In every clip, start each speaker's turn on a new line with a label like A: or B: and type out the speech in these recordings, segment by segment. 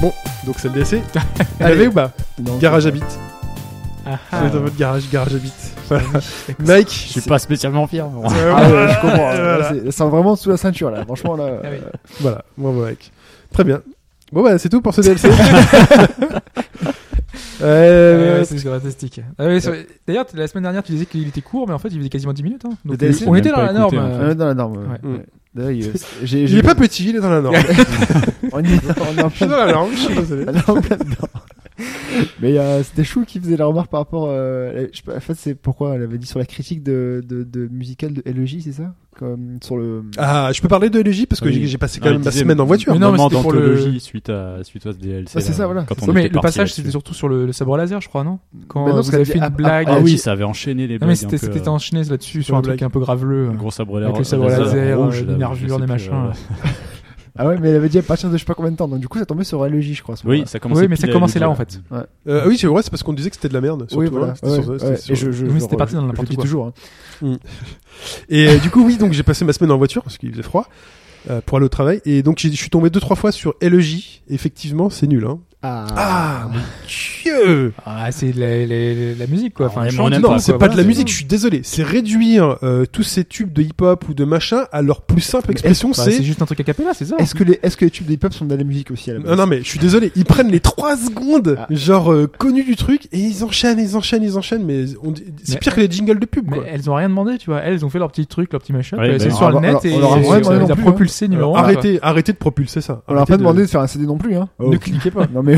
A: Bon, donc c'est le DLC. Allez ou pas
B: Non,
A: Garage
B: c'est-
A: Habit. Vous êtes dans votre garage, garage Habit. Voilà.
B: Je
A: Mike.
B: suis pas spécialement fier. moi.
A: Ah
B: Ah
A: ouais,
B: ouais, je comprends.
A: Voilà.
B: C'est- C'est vraiment sous la ceinture là. Franchement là.
C: Ah oui.
B: euh,
A: Voilà, bravo Mike. Très bien. Bon bah c'est tout pour ce DLC.
C: Ouais,
A: Euh,
C: ouais, c'est fantastique. Ah ouais, c'est- D'ailleurs, la semaine dernière, tu disais qu'il était court, mais en fait, il faisait quasiment 10 minutes. hein. Donc,
B: Le DLC,
C: on
D: j'ai
C: était
D: même
C: dans
D: pas
C: la norme.
D: écouté,
B: on
C: euh,
B: est dans la norme. ouais.
C: Ouais.
B: Ouais. D'ailleurs, il, euh, j'ai-
A: il
B: j'ai-
A: est pas petit, il est dans la norme.
B: On est on est en
A: Je suis
B: plein
A: dans la norme, je suis désolé.
B: Ah non, pas dedans. Mais euh, c'était Chou qui faisait la remarque par rapport. euh, je sais pas, en fait, c'est pourquoi elle avait dit sur la critique de, de, de musicale de LEJ, c'est ça Comme sur le.
A: Ah, je peux parler de LG parce que
D: Oui.
A: j'ai- j'ai passé quand
D: Non,
A: même
D: il
A: ma
D: disait-
A: semaine en voiture.
C: Mais
D: Un
C: non, mais
D: moment
C: c'était pour le-
D: d'anthologie suite à suite à ce DLC.
B: Ah, c'est
D: là,
B: ça, voilà.
D: quand on
B: C'est ça.
D: était
C: mais le
D: parti
C: passage,
D: là-dessus.
C: c'était surtout sur le, le sabre laser, je crois, non Quand
B: Mais non,
C: euh,
B: parce
C: vous
B: qu'elle
C: avez fait
B: dit-
C: une
B: ah,
C: blague.
D: Ah
B: Ah,
D: oui,
B: tu-
D: ça avait enchaîné les
C: Non,
D: blagues.
C: mais
D: un
C: c'était
D: peu,
C: c'était
D: euh,
C: enchaîné là-dessus, sur
A: Ouais,
C: un truc
A: blague.
C: un peu graveleux.
D: Gros sabre
C: Avec le sabre laser, euh, des nervures, des machins.
B: Ah ouais, mais elle avait dit à partir de je sais pas combien de temps. Donc du coup, ça tombait sur LEJ, je crois. à ce
D: Oui,
B: moment-là.
D: ça commençait.
C: Oui, mais ça
D: pile à
C: commençait là,
D: l'époque.
C: en fait.
A: Euh, ah oui, c'est vrai, c'est parce qu'on disait que c'était de la merde. surtout,
B: Oui, voilà.
A: hein, c'était sur-
B: ouais,
A: c'était
B: ouais.
A: sur-
B: Et je, je,
C: Oui,
B: je-
C: c'était parti dans
B: je-
C: n'importe
B: je le dis
C: quoi.
B: toujours. hein.
A: Et euh, du coup, oui, donc j'ai passé ma semaine en voiture parce qu'il faisait froid euh, pour aller au travail. Et donc j'ai- je suis tombé deux trois fois sur LEJ. Effectivement, c'est nul. Hein. Ah, mon dieu
C: Ah, c'est de la, la- la musique, quoi.
D: Ah,
C: Enfin,
D: on
C: elle
D: aime-
C: chante,
D: on aime
A: Non,
C: quoi.
A: c'est pas
C: Voilà,
A: de la musique. Je suis désolé. C'est réduire euh, tous ces tubes de hip-hop ou de machin à leur plus simple expression.
C: Bah,
A: c'est
C: c'est juste un truc à capella, c'est ça
B: Est-ce que les, est-ce que les tubes des pop sont de la musique aussi à la base
A: Non, non, mais je suis désolé, ils prennent les 3 secondes,
B: Ah.
A: genre euh, connues du truc, et ils enchaînent, ils enchaînent, ils enchaînent, mais on dit- c'est
C: Mais-
A: pire que les jingles de pub,
C: Mais euh,
A: quoi.
C: elles ont rien demandé, tu vois. Elles ont fait leur petit truc, leur petit machin.
D: Ouais,
C: c'est
D: bah,
C: sur
B: on
C: le
B: leur-
C: net
B: on
C: et
B: leur
A: a
C: et
A: vraiment
C: ça
A: demandé
C: les
B: non
C: a
B: plus, hein.
C: propulsé numéro 1.
A: arrêtez, arrêtez de propulser ça.
B: On leur a
A: Arrêtez
B: pas
A: de-
B: demandé de faire un CD non plus, hein.
C: Ne cliquez pas.
B: Non mais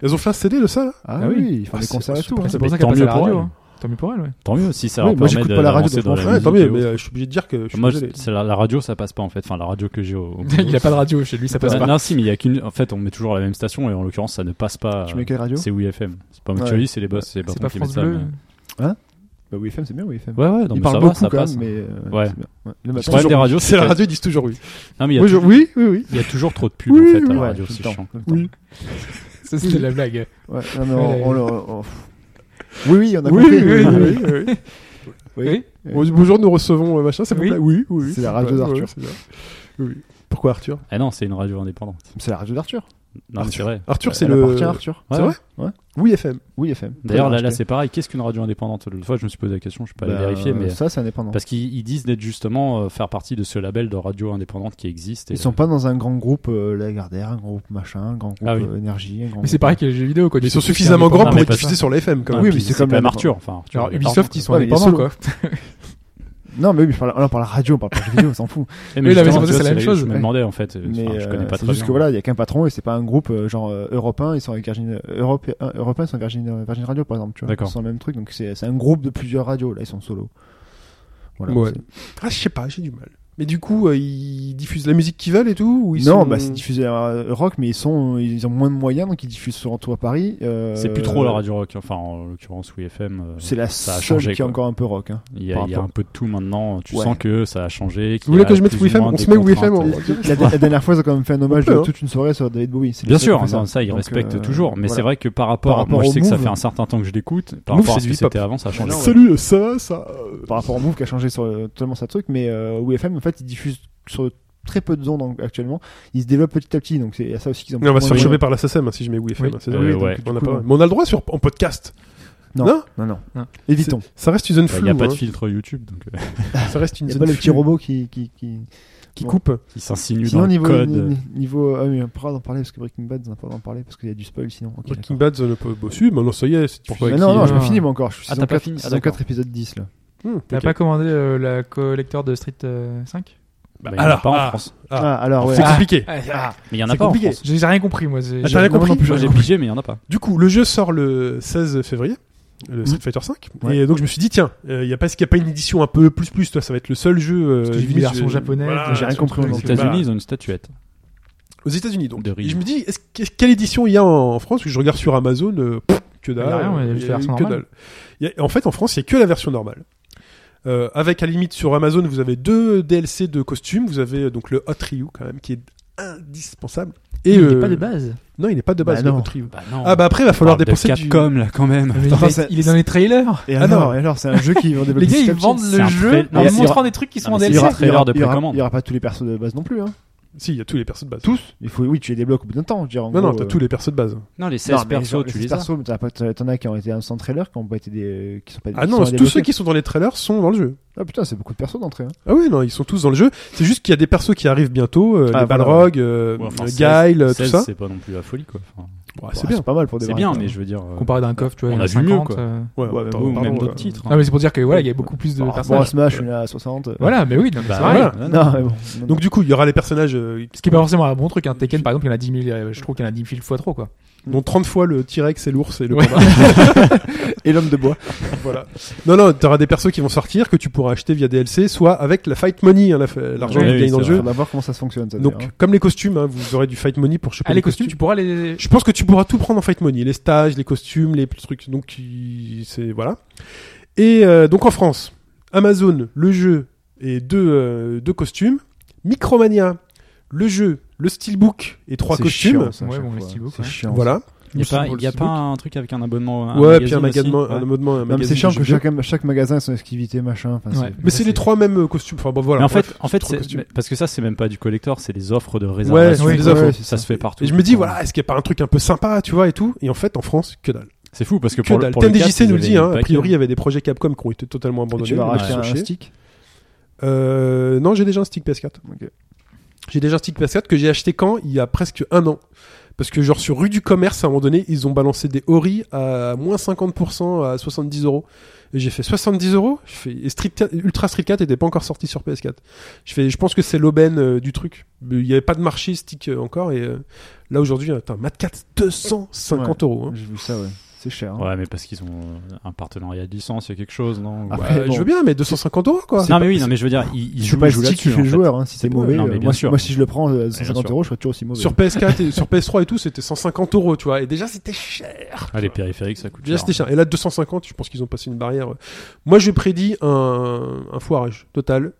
A: Elles ont fait un CD de ça, là
B: ah,
D: Ah oui.
B: oui, ils font
A: Ah,
B: des
A: c'est-
B: concerts et
A: c'est
B: tout.
A: pas-
B: hein.
C: C'est pour
D: Mais
C: ça
D: tant
C: qu'elle passe à
D: mieux
C: la
D: pour
C: radio.
D: elle.
C: hein. Tant mieux pour elle, ouais.
D: Tant mieux si ça
B: Oui,
D: leur
B: moi,
D: permet
B: j'écoute
D: de
B: pas la radio,
D: d'avancer dans
B: donc,
D: la
A: Ouais,
D: musique.
A: tant mieux,
D: et
A: mais
D: autres.
A: euh, je suis obligé de dire que je suis
D: Moi,
A: désolé.
D: c'est la, la radio, ça passe pas en fait. Enfin, la radio que j'ai au. au
C: Il a pas de radio chez lui, ça passe
D: Euh,
C: pas.
D: non, si, mais il y a qu'une. En fait, on met toujours la même station et en l'occurrence, ça ne passe pas.
B: Tu
D: euh,
B: mets quelle radio
D: C'est WFM. C'est pas
B: Ouais.
D: Mutualis, c'est les boss. C'est
C: C'est
D: Bertrand
C: pas
D: qui met
C: France
D: ça,
C: Bleu.
D: mais-
B: Bah oui, FM c'est bien, oui, FM.
D: Ouais, ouais, non,
B: Ils
D: mais
B: parlent
D: ça
B: beaucoup
D: va, ça
B: quand
D: passe.
B: même, mais euh,
D: Ouais.
B: c'est bien. Le
D: Le
B: matin,
D: problème des radios,
A: C'est
D: c'est
A: la
D: que-
A: radio, ils disent toujours oui.
D: Non, mais il y a
A: Moi, je-
D: toujours-
A: Oui, oui, oui.
D: il y a toujours trop de pubs
A: Oui,
D: en fait à
A: oui,
D: la
B: ouais,
D: radio,
B: tout le
D: c'est
B: temps,
D: chiant.
B: tout le temps.
A: Oui.
C: Ça, c'était la blague.
B: Ouais, non, mais on, on le- on- Oui, oui, on a
A: Oui,
B: compris.
A: oui, oui, oui, oui.
C: Oui.
A: Bon, Bonjour, nous recevons euh, machin, ça vous
C: Oui.
A: plaît Oui, oui.
B: C'est la radio
A: Ouais,
B: d'Arthur.
A: ouais, c'est ça. Oui. Pourquoi Arthur
D: Ah non, c'est une radio indépendante.
B: C'est la radio d'Arthur.
D: Non, mais c'est vrai.
A: Arthur, c'est
B: Euh, Elle
A: le.
B: appartient à Arthur.
A: C'est
D: Ouais.
A: vrai
B: Ouais.
A: Oui, FM.
B: Oui, FM.
D: D'ailleurs,
B: Très
D: là,
B: bien
D: là
B: acheté.
D: c'est pareil. Qu'est-ce qu'une radio indépendante L'autre fois, je me suis posé la question, je peux pas
B: Bah,
D: aller vérifier, mais.
B: Ça, hein. c'est indépendant.
D: Parce qu'ils ils disent d'être justement euh, faire partie de ce label de radio indépendante qui existe. Et,
B: Ils sont pas dans un grand groupe euh, Lagardère, un groupe machin, un grand groupe
D: Ah oui.
B: euh, énergie. Un grand
C: Mais c'est
B: groupe-
C: pareil que les jeux vidéo, quoi.
A: Ils
C: Tu
A: sont
C: sais, c'est
A: suffisamment grands
C: indépendant.
A: pour
D: mais
A: être
D: parce-
A: diffusés sur la FM, quand
D: Non,
A: même.
B: Oui,
D: puis
B: mais c'est
D: c'est
B: comme
D: quand même
B: la-
D: Arthur. Enfin, Arthur,
C: Alors,
D: euh,
C: Ubisoft, ils sont
B: Ouais, mais ils
C: indépendants,
B: sont
C: quoi.
B: hein. Non, mais oui, mais je parle- on parle radio, on parle pas de vidéo, on s'en fout.
D: Eh,
C: Oui, là, mais
D: justement,
C: c'est
D: tu vois,
C: la même
D: là-
C: chose.
D: Je me
B: Ouais.
D: demandais en fait. euh,
B: Mais
D: enfin, je connais
B: euh,
D: pas
B: c'est
D: très
B: juste
D: bien.
B: que voilà, il y a qu'un patron et c'est pas un groupe euh, genre euh, Europe 1, ils sont avec Virgin euh, Europe, euh, Europe 1, ils sont avec Virgin, euh, Virgin Radio par exemple, tu vois.
D: D'accord.
B: Ils sont le même truc, donc c'est c'est un groupe de plusieurs radios. Là, ils sont solo. Voilà.
A: Ouais.
B: c'est-
A: Ah, je sais pas, j'ai du mal. Mais du coup, euh, ils diffusent la musique qu'ils veulent et tout ou ils
B: non,
A: sont-
B: bah c'est diffusé euh, rock, mais ils sont ils ont moins de moyens, donc ils diffusent sur tout à Paris. euh,
D: C'est plus trop la radio rock. Enfin, en l'occurrence, oui, FM. euh,
B: C'est la
D: ça
B: seule
D: a changé,
B: qui est
D: quoi.
B: encore un peu rock. Hein.
D: Il y a,
B: par
D: il y a un
B: rapport.
D: peu de tout maintenant. Tu
B: Ouais.
D: sens que ça a changé. qu'il
A: Vous voulez
D: y a
A: que je mette
D: plus ou
A: WFM
D: moins
A: On se
D: des
A: met WFM
D: contraintes. euh,
A: en
B: La, la dernière fois, ils ont quand même fait un hommage
A: peut,
B: de
A: hein.
B: toute une soirée sur David Bowie. c'est les
D: Bien
B: seuls qui
D: sûr,
B: ont fait ça.
D: non, ça, ils
B: Donc,
D: respectent
B: euh,
D: toujours. Mais
B: voilà.
D: c'est vrai que par rapport,
B: Par
D: moi,
B: rapport
D: je
B: au
D: sais que ça
B: Move.
D: fait un certain temps que je l'écoute. Par
A: Move,
D: rapport à
A: c'est du
D: ce que
A: hip-hop.
D: c'était avant, ça a changé.
B: Non, ouais.
A: Salut, ça, ça. euh,
B: par rapport au Move qui a changé sur le- totalement sa truc, mais euh, OUFM en fait ils diffusent sur très peu de zones en- actuellement. Ils se développent petit à petit, donc c'est il y a ça aussi qu'ils ont.
A: On va se faire
B: moins
A: choper
B: de-
A: par la SACEM hein, si je mets WFM.
C: Oui.
A: hein, c'est
D: Euh,
A: vrai.
D: ouais.
A: on n'a
B: coup,
A: pas-
B: ouais.
A: Mais on a le droit sur... en podcast.
B: Non.
A: Non
B: Non non,
C: Non.
B: évitons.
A: C'est- Ça reste une zone
D: Bah,
A: floue.
D: Il n'y a pas de
A: hein.
D: filtre YouTube, donc euh,
A: Ça reste
B: Il
A: une
B: n'y a
A: zone
B: pas le
A: floue
B: petit robot qui qui qui.
A: qui
B: Bon.
A: coupe.
D: il s'insinue
B: Sinon
D: dans le
B: niveau
D: code.
B: ni- ni- niveau ah oui, on pourra en parler parce que Breaking Bad on n'a pas d'en parler parce qu'il y a du spoil sinon. ok,
A: Breaking Bad, zone peu bossu. Maintenant, ça y est, c'est
D: Pourquoi
A: diffusé.
B: d'accord. Mais non, non,
C: euh,
B: je me finis moi encore. Je suis
D: Ah,
B: saison
D: t'as pas
B: 4,
D: fini. Ah,
B: saison
D: d'accord.
B: 4, épisode 10 là.
A: Hmm,
C: T'as
A: ok.
C: pas commandé euh, la collector de Street euh, 5
D: Bah, il y en a
A: alors,
D: pas en
A: ah.
D: France.
A: Ah.
B: Ah, alors ouais.
A: C'est compliqué.
D: Mais il y en a
A: C'est
D: pas en
A: compliqué.
D: France.
C: J'ai j'ai rien compris, moi. c'est-
A: Ah, t'as rien
B: non, non,
A: compris
B: plus,
D: Moi, J'ai pigé, mais il y en a pas.
A: Du coup, le jeu sort le 16 février,
C: Hmm.
A: le Street Fighter 5.
B: Ouais.
A: Et donc, je me suis dit, tiens, euh, y a pas, est-ce qu'il n'y a pas une édition un peu plus plus Toi, ça va être le seul jeu. euh,
C: Parce que j'ai vu
A: limite,
C: les versions
A: euh,
C: japonaises,
A: voilà,
B: j'ai rien
A: sur-
B: compris
A: sur-
B: en
D: Aux
B: anglais.
A: Voilà.
D: États-Unis, ils ont une statuette.
A: Aux États-Unis, donc.
D: De
A: Et
D: rire.
A: je me dis, est-ce, que- quelle édition il y a en, en France Parce que je regarde sur Amazon, euh, pff, que dalle.
C: Il y a rien, ouais, il y a
A: euh,
C: juste
A: il y
C: la
A: a
C: version
A: que
C: normale.
A: dalle. Il y a- en fait, en France, il n'y a que la version normale. Euh, avec à la limite sur Amazon, vous avez deux DLC de costumes. Vous avez euh, donc le Hot Ryu quand même, qui est indispensable. Et
C: Il
A: euh,
C: n'est pas de base.
A: Non, il n'est pas de
B: Bah
A: base
B: non.
A: le Hot Ryu.
D: Bah non.
A: Ah bah après, il va falloir
D: Parle de
A: dépenser du.
D: Capcom là quand même.
C: Mais
B: Attends,
C: il est-
B: c'est-
C: Il est dans les trailers.
B: Et
A: Ah, non.
B: alors, et alors c'est un jeu qui vend des
C: Les gars,
B: petits
C: ils
B: sketchs.
C: vendent
D: c'est
C: le
D: un
C: jeu
D: trail-
C: en
B: Il y aura-
C: montrant des trucs qui sont
D: Ah,
C: en
D: mais c'est
B: Il y
C: DLC.
B: aura-
D: trailer de
B: il y aura-
D: précommande.
B: Il y aura pas tous les persos de base non plus hein.
A: Si, il y a tous les persos de base.
B: Tous Il faut, oui, tu les débloques au bout d'un temps. Je veux dire, en
A: Non,
B: gros,
A: non, t'as
B: euh,
A: tous les persos de base.
D: Non, les
B: non,
D: 16
B: mais
D: persos,
B: genre,
D: tu
B: ces
D: les as.
B: persos, mais t'as pas- t'en t'en as qui ont été instantrailers, qui ont pas été des. euh, qui sont pas
A: Ah
B: qui
A: non,
B: sont
A: tous ceux
B: débloqués.
A: qui sont dans les trailers sont dans le jeu.
B: Ah putain, c'est beaucoup de persos d'entrée. hein.
A: Ah oui, non, ils sont tous dans le jeu. C'est juste qu'il y a des persos qui arrivent bientôt, euh,
B: Ah,
A: le
B: voilà.
A: Balrog, euh,
D: Ouais, enfin,
A: euh,
D: 16,
A: Guile, euh, tout
D: 16,
A: ça.
D: C'est pas non plus la folie, quoi. Enfin,
A: Ouais,
B: Bah,
A: c'est bien.
B: pas mal pour
D: c'est
B: démarrer.
D: bien,
B: quand
D: mais
B: même.
D: je veux dire. euh,
C: Comparé d'un coffre, tu vois,
D: On
C: il y
D: a
C: a
D: vu mieux,
C: 50,
D: quoi.
C: euh.
A: Ouais,
B: Ouais,
A: attends,
B: mais
D: ou
A: pardon,
D: même
A: euh,
D: d'autres titres. hein.
C: Ah, mais c'est pour dire que voilà, il y a beaucoup plus de
B: Ah, bon, à
C: personnages.
B: Smash, on est à 60. euh.
C: Voilà, mais oui, non, mais
D: Bah
C: c'est
D: ouais,
C: vrai.
D: non, non.
B: Non, mais bon. non,
A: Donc du coup, il y aura les personnages euh,
C: Ce qui est pas forcément un bon truc, un Tekken par exemple, il y en a 10 000, euh, je trouve qu'il y en a 10 000 fois trop quoi.
A: dont 30 fois le T-Rex et l'ours et le
C: Ouais.
A: panda.
B: Et l'homme de bois.
A: voilà. Non, non, t'auras des persos qui vont sortir que tu pourras acheter via DLC, soit avec la fight money, hein, la fa- l'argent
D: Ouais,
A: que tu
D: oui,
A: gagnes dans le
D: c'est
B: On
A: jeu.
B: va voir comment ça se fonctionne. Ça,
A: Donc,
B: d'ailleurs.
A: comme les costumes, hein, vous aurez du fight money pour choper
C: Ah, les costumes, tu pourras les.
A: Je pense que tu pourras tout prendre en fight money, les stages, les costumes, les trucs. Donc, il- c'est voilà. Et euh, donc en France, Amazon, le jeu et deux, euh, deux costumes. Micromania, le jeu, le steelbook et trois
B: C'est
A: costumes.
B: chiant, ça, à
C: Ouais,
B: chaque
C: bon, les
B: fois.
C: stylos,
B: C'est
C: quoi.
B: chiant.
A: Voilà.
D: Il n'y a,
A: Nous sommes
D: pas,
A: pour le
D: y a pas
A: steelbook.
D: un truc avec un abonnement. un
A: ouais, puis un
D: magazine
A: magasin,
D: aussi
A: un
D: Ouais.
A: abonnement, un
B: Non, mais
A: magazine
B: c'est
A: de
B: chiant
A: jeux
B: que
A: vidéo.
B: chaque, chaque magasin a son activité, machin. Enfin,
C: Ouais.
B: c'est-
A: Mais c'est les trois mêmes euh, costumes. Enfin bon, voilà.
D: mais en fait,
A: bref,
D: en fait
A: trois
D: c'est-
A: costumes.
D: mais- parce que ça, c'est même pas du collector, c'est les offres de
A: Ouais,
D: réservation.
A: sur
C: oui,
A: les
B: ouais,
A: offres.
B: ouais,
D: ça se fait partout.
A: Et je me dis, voilà, est-ce qu'il n'y a pas un truc un peu sympa, tu vois, et tout Et en fait, en France, que dalle.
D: C'est fou parce que,
A: Que
D: pour, le-
A: dalle.
D: pour le
A: TMDJC
D: casque, ils
A: nous le
D: avaient
A: dit,
D: mis
A: hein,
D: le
A: a
D: paquet.
A: priori, il y avait des projets Capcom qui ont été totalement abandonnés.
B: Tu vas
A: mal
B: racheter un
A: fauchés.
B: stick
A: Euh, non, j'ai déjà un stick PS4.
B: Ok.
A: J'ai déjà un stick PS4 que j'ai acheté quand Il y a presque un an. Parce que, genre, sur rue du commerce, à un moment donné, ils ont balancé des Ori à moins 50% à 70 euros. Et j'ai fait 70 euros Je fais, et Street 4 Ultra Street 4 était pas encore sorti sur PS4. Je fais, je pense que c'est l'aubaine euh, du truc. Mais Il n'y avait pas de marché stick euh, encore. Et euh, là, aujourd'hui, attends, Mat 4, 250
B: Ouais.
A: euros. hein.
B: J'ai vu ça, ouais. C'est cher. hein.
D: Ouais, mais parce qu'ils ont euh, un partenariat de licence, il y a quelque chose, non
B: Ah,
D: Ouais.
B: Après,
A: Euh,
B: bon.
A: Je veux bien, mais 250 euros, quoi.
D: Non, mais oui, non, mais je veux dire, ils, ils
B: Je
D: jouent
B: sais pas, je
D: là
B: stick, tu
D: dessus
B: fais le joueur. hein, Si c'est
A: pas-
B: mauvais,
D: non, mais
B: euh,
D: bien
B: moi, si-
D: sûr.
B: moi, si je le prends euh, à
D: sûr.
B: 150 euros, je serais toujours aussi mauvais.
A: Sur PS4 et sur PS3 et tout, c'était 150 euros, tu vois. Et déjà, c'était cher.
D: Ah, les périphériques, ça coûte
A: Déjà,
D: cher.
A: c'était cher. Et là, 250, je pense qu'ils ont passé une barrière. Moi, j'ai prédit un, un foirage total,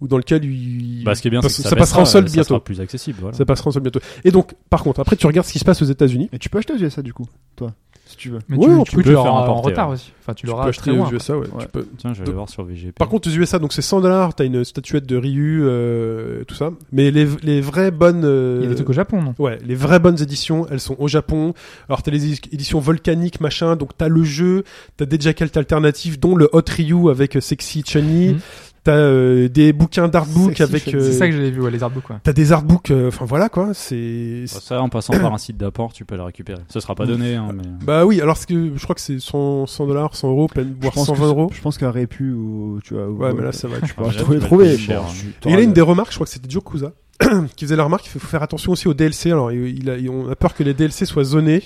A: ou dans lequel il...
D: Bah, ce qui est bien, c'est que
A: ça,
D: ça,
A: passera en
D: baissera,
A: solde
D: ça
A: bientôt.
D: sera plus accessible, voilà.
A: Ça passera en solde bientôt. Et donc, par contre, après, tu regardes ce qui se passe aux États-Unis.
B: Et tu peux acheter aux USA du coup, toi, si tu veux.
C: Mais
A: Ouais, on
C: tu, tu peux
D: peut
C: te
D: le
C: le
D: faire
C: faire en
D: importer,
C: retard
D: ouais.
C: aussi. Enfin, tu
A: Tu peux
C: l'auras
A: acheter
C: très loin.
A: aux USA, ouais,
B: Ouais.
A: Tu peux.
D: Tiens, je vais
A: Donc-
D: aller voir sur VGP.
A: Par contre, aux USA, donc c'est 100 dollars, t'as une statuette de Ryu, euh, tout ça. Mais les, les vraies bonnes. euh,
C: Il y a des trucs au Japon, non
A: Ouais, les vraies bonnes éditions, elles sont au Japon. Alors t'as les édi- éditions volcaniques, machin, donc t'as le jeu, t'as des jackets alternatifs, dont le Hot Ryu avec euh, Sexy Chunny,
C: Mhm.
A: t'as euh, des bouquins d'artbook
B: Sexy
A: avec...
B: Chun-Li.
A: euh,
C: C'est ça que j'avais vu, ouais, les artbooks, quoi.
A: T'as des artbooks, euh, enfin voilà quoi, c'est...
D: Bah, Ça, en passant par un site d'apport, tu peux le récupérer. Ce sera pas donné, hein, mais.
A: Bah oui, alors ce que, je crois que c'est 100 100 dollars, 100 euros, plein- voire
B: Je pense
A: 120
B: que-
A: euros.
B: Je pense qu'un répu ou tu vois. ou-
A: Ouais, mais là ça va. tu-
B: tu peux
D: Ah, là,
B: trouver,
D: tu vas
B: trouver.
D: le payer
B: bon,
D: cher,
A: Et il
B: tu-
A: y a
B: t'auras-
A: une des remarques, je crois que c'était Jokuza, qui faisait la remarque, il faut faire attention aussi aux DLC. Alors il- il a- il- on a peur que les DLC soient zonés.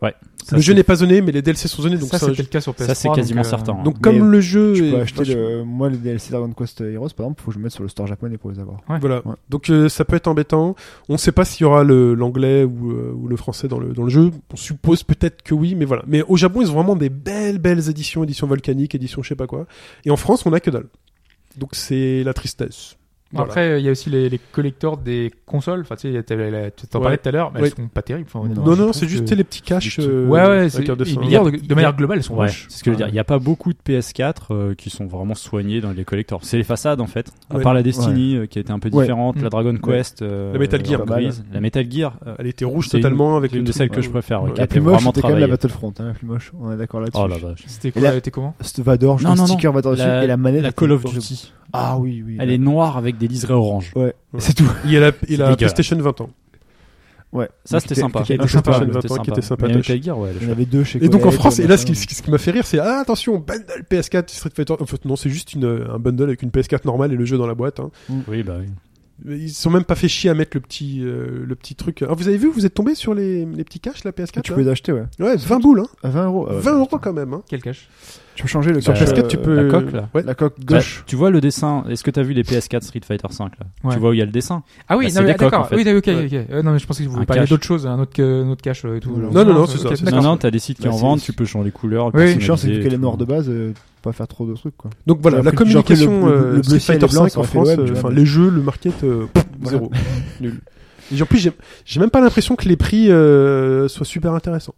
D: Ça,
A: le jeu
D: c'est-
A: n'est pas zoné, mais les DLC sont zonés, donc
C: ça,
A: c'est un
C: c'était
A: jeu-
C: le cas sur PS3.
D: Ça, c'est quasiment
C: donc, euh,
D: certain. hein.
A: Donc
B: Mais
A: comme le jeu...
B: Tu
A: est-
B: peux acheter
A: Enfin, je-
B: le- moi les DLC Dragon Quest Heroes par exemple, faut que je me mette sur le store japonais pour les avoir.
C: Ouais.
A: Voilà.
B: Ouais.
A: Donc euh, ça peut être embêtant. On ne sait pas s'il y aura le- l'anglais ou, euh, ou le français dans le, dans le jeu. On suppose peut-être que oui, mais voilà. Mais au Japon, ils ont vraiment des belles, belles éditions, éditions volcaniques, éditions je sais pas quoi. Et en France, on a que dalle. Donc c'est la tristesse. Voilà.
C: Après, il y a aussi les, les collectors des consoles. Enfin, tu sais, t'avais la- tu t'en
A: Ouais.
C: parlais tout à l'heure, mais
A: Ouais.
C: elles sont pas terribles. Enfin,
A: non,
C: honnêtement,
A: non,
C: je
A: c'est
C: trouve
A: juste
C: que-
A: les petits caches.
B: des petits-
A: euh,
C: Ouais, ouais,
A: avec
C: c'est.
A: un dessin.
C: ils- ils- De de manière
D: il-
C: globale, elles sont
D: Ouais,
C: moches.
D: c'est ce que je veux dire. Il n'y a pas beaucoup de PS4 euh, qui sont vraiment soignés dans les collectors. C'est les façades en fait. À
A: Ouais.
D: part la Destiny euh, qui a été un peu
B: Ouais.
D: différente,
C: Mm.
D: la Dragon Quest, euh,
A: La Metal Gear.
D: Grise. la Metal Gear. euh,
A: Elle était rouge
D: C'est une-
A: totalement avec
D: c'est une
A: le
D: de
A: truc. euh,
D: celles que je préfère. ouais,
A: La
D: qui a
B: La
D: été
B: plus moche
D: vraiment
B: c'était quand même la
D: travaillée.
B: Battlefront, hein, la plus moche. On est d'accord là-dessus.
D: Oh la vache.
C: C'était
B: Et
C: quoi hein
B: la-
C: Elle était comment
B: Ce Vador, je
D: Non, non,
B: le
D: non.
B: sticker Vador dessus
D: La-
B: et la manette.
D: La
B: était
D: Call of
B: horrible.
D: Duty.
B: Ah oui, oui.
D: Elle est noire avec des liserés orange.
B: Ouais.
A: Ouais.
B: C'est tout.
A: Il y a la, il y a la
D: dégueulasse.
A: PlayStation 20 ans.
B: Ouais.
D: Ça, c'était
B: Qui-
D: sympa.
B: qui- qui était
A: Ah,
B: sympa.
A: sympa.
D: C'était
A: Qui
D: sympa.
A: était sympa,
D: Mais
A: tâche.
D: Metal Gear, ouais. elle
B: Il y
D: est
B: en
D: chouette.
B: avait deux chez
A: Et donc en
B: Colette,
A: France, et là, ce
B: machin.
A: qui, ce qui- ce qui m'a fait rire, c'est ah, attention, bundle PS4, Street Fighter. En fait, non, c'est juste une, euh, un bundle avec une PS4 normale et le jeu dans la boîte. hein.
D: Oui, bah oui.
A: Mais Ils se sont même pas fait chier à mettre le petit, euh, le petit truc. Ah, vous avez vu, vous êtes tombé sur les, les petits caches, la PS4
B: Tu
A: là
B: peux les acheter, ouais.
A: Ouais, 20 boules, hein.
B: À 20 euros. Ah ouais,
A: 20 euros
B: putain.
A: quand même. Hein.
C: Quelle cache
B: Tu peux changer le
D: Sur
A: Sur
D: Euh,
B: cache,
A: PS4, tu
B: euh,
A: peux.
D: la coque, là.
A: Ouais.
B: La coque gauche.
D: Bah, tu vois le dessin. Est-ce que t'as vu les PS4 Street Fighter 5 là
C: Ouais.
D: Tu vois où il y a le dessin
C: Ah oui,
D: Bah, c'est
C: non, mais
D: des
C: ah,
D: coques,
C: d'accord.
D: en fait.
C: Oui, d'accord, ok,
A: Ouais.
C: ok. Euh, non, mais je pensais que vous
D: Un
C: parliez
D: cache.
C: d'autre chose, un autre, que- un autre cache euh, et tout.
B: Non,
A: non, non, c'est ça,
C: ok,
A: c'est
C: d'accord.
D: Non, non, t'as des sites qui
B: Bah,
D: en
B: c'est-
D: vendent, tu peux changer les couleurs. le
C: Oui.
B: Ce qui est chiant, c'est
D: personnaliser
B: vu qu'elle
D: et
B: est noire
D: tout.
B: de base, euh, pas faire trop de trucs quoi.
A: Donc voilà,
B: J'ai
A: la
B: appris- j'ai appris
A: communication,
B: le- le-
A: euh, Street
B: le bleu ciel et
A: Fighter
B: blanc,
A: 5
B: ça
A: en
B: aurait fait
A: France,
B: web,
A: euh,
B: tu vois,
A: enfin
B: mais-
A: les jeux, le market, euh, pff,
B: Voilà.
A: zéro, nul. Et en plus, j'ai- j'ai même pas l'impression que les prix euh, soient super intéressants.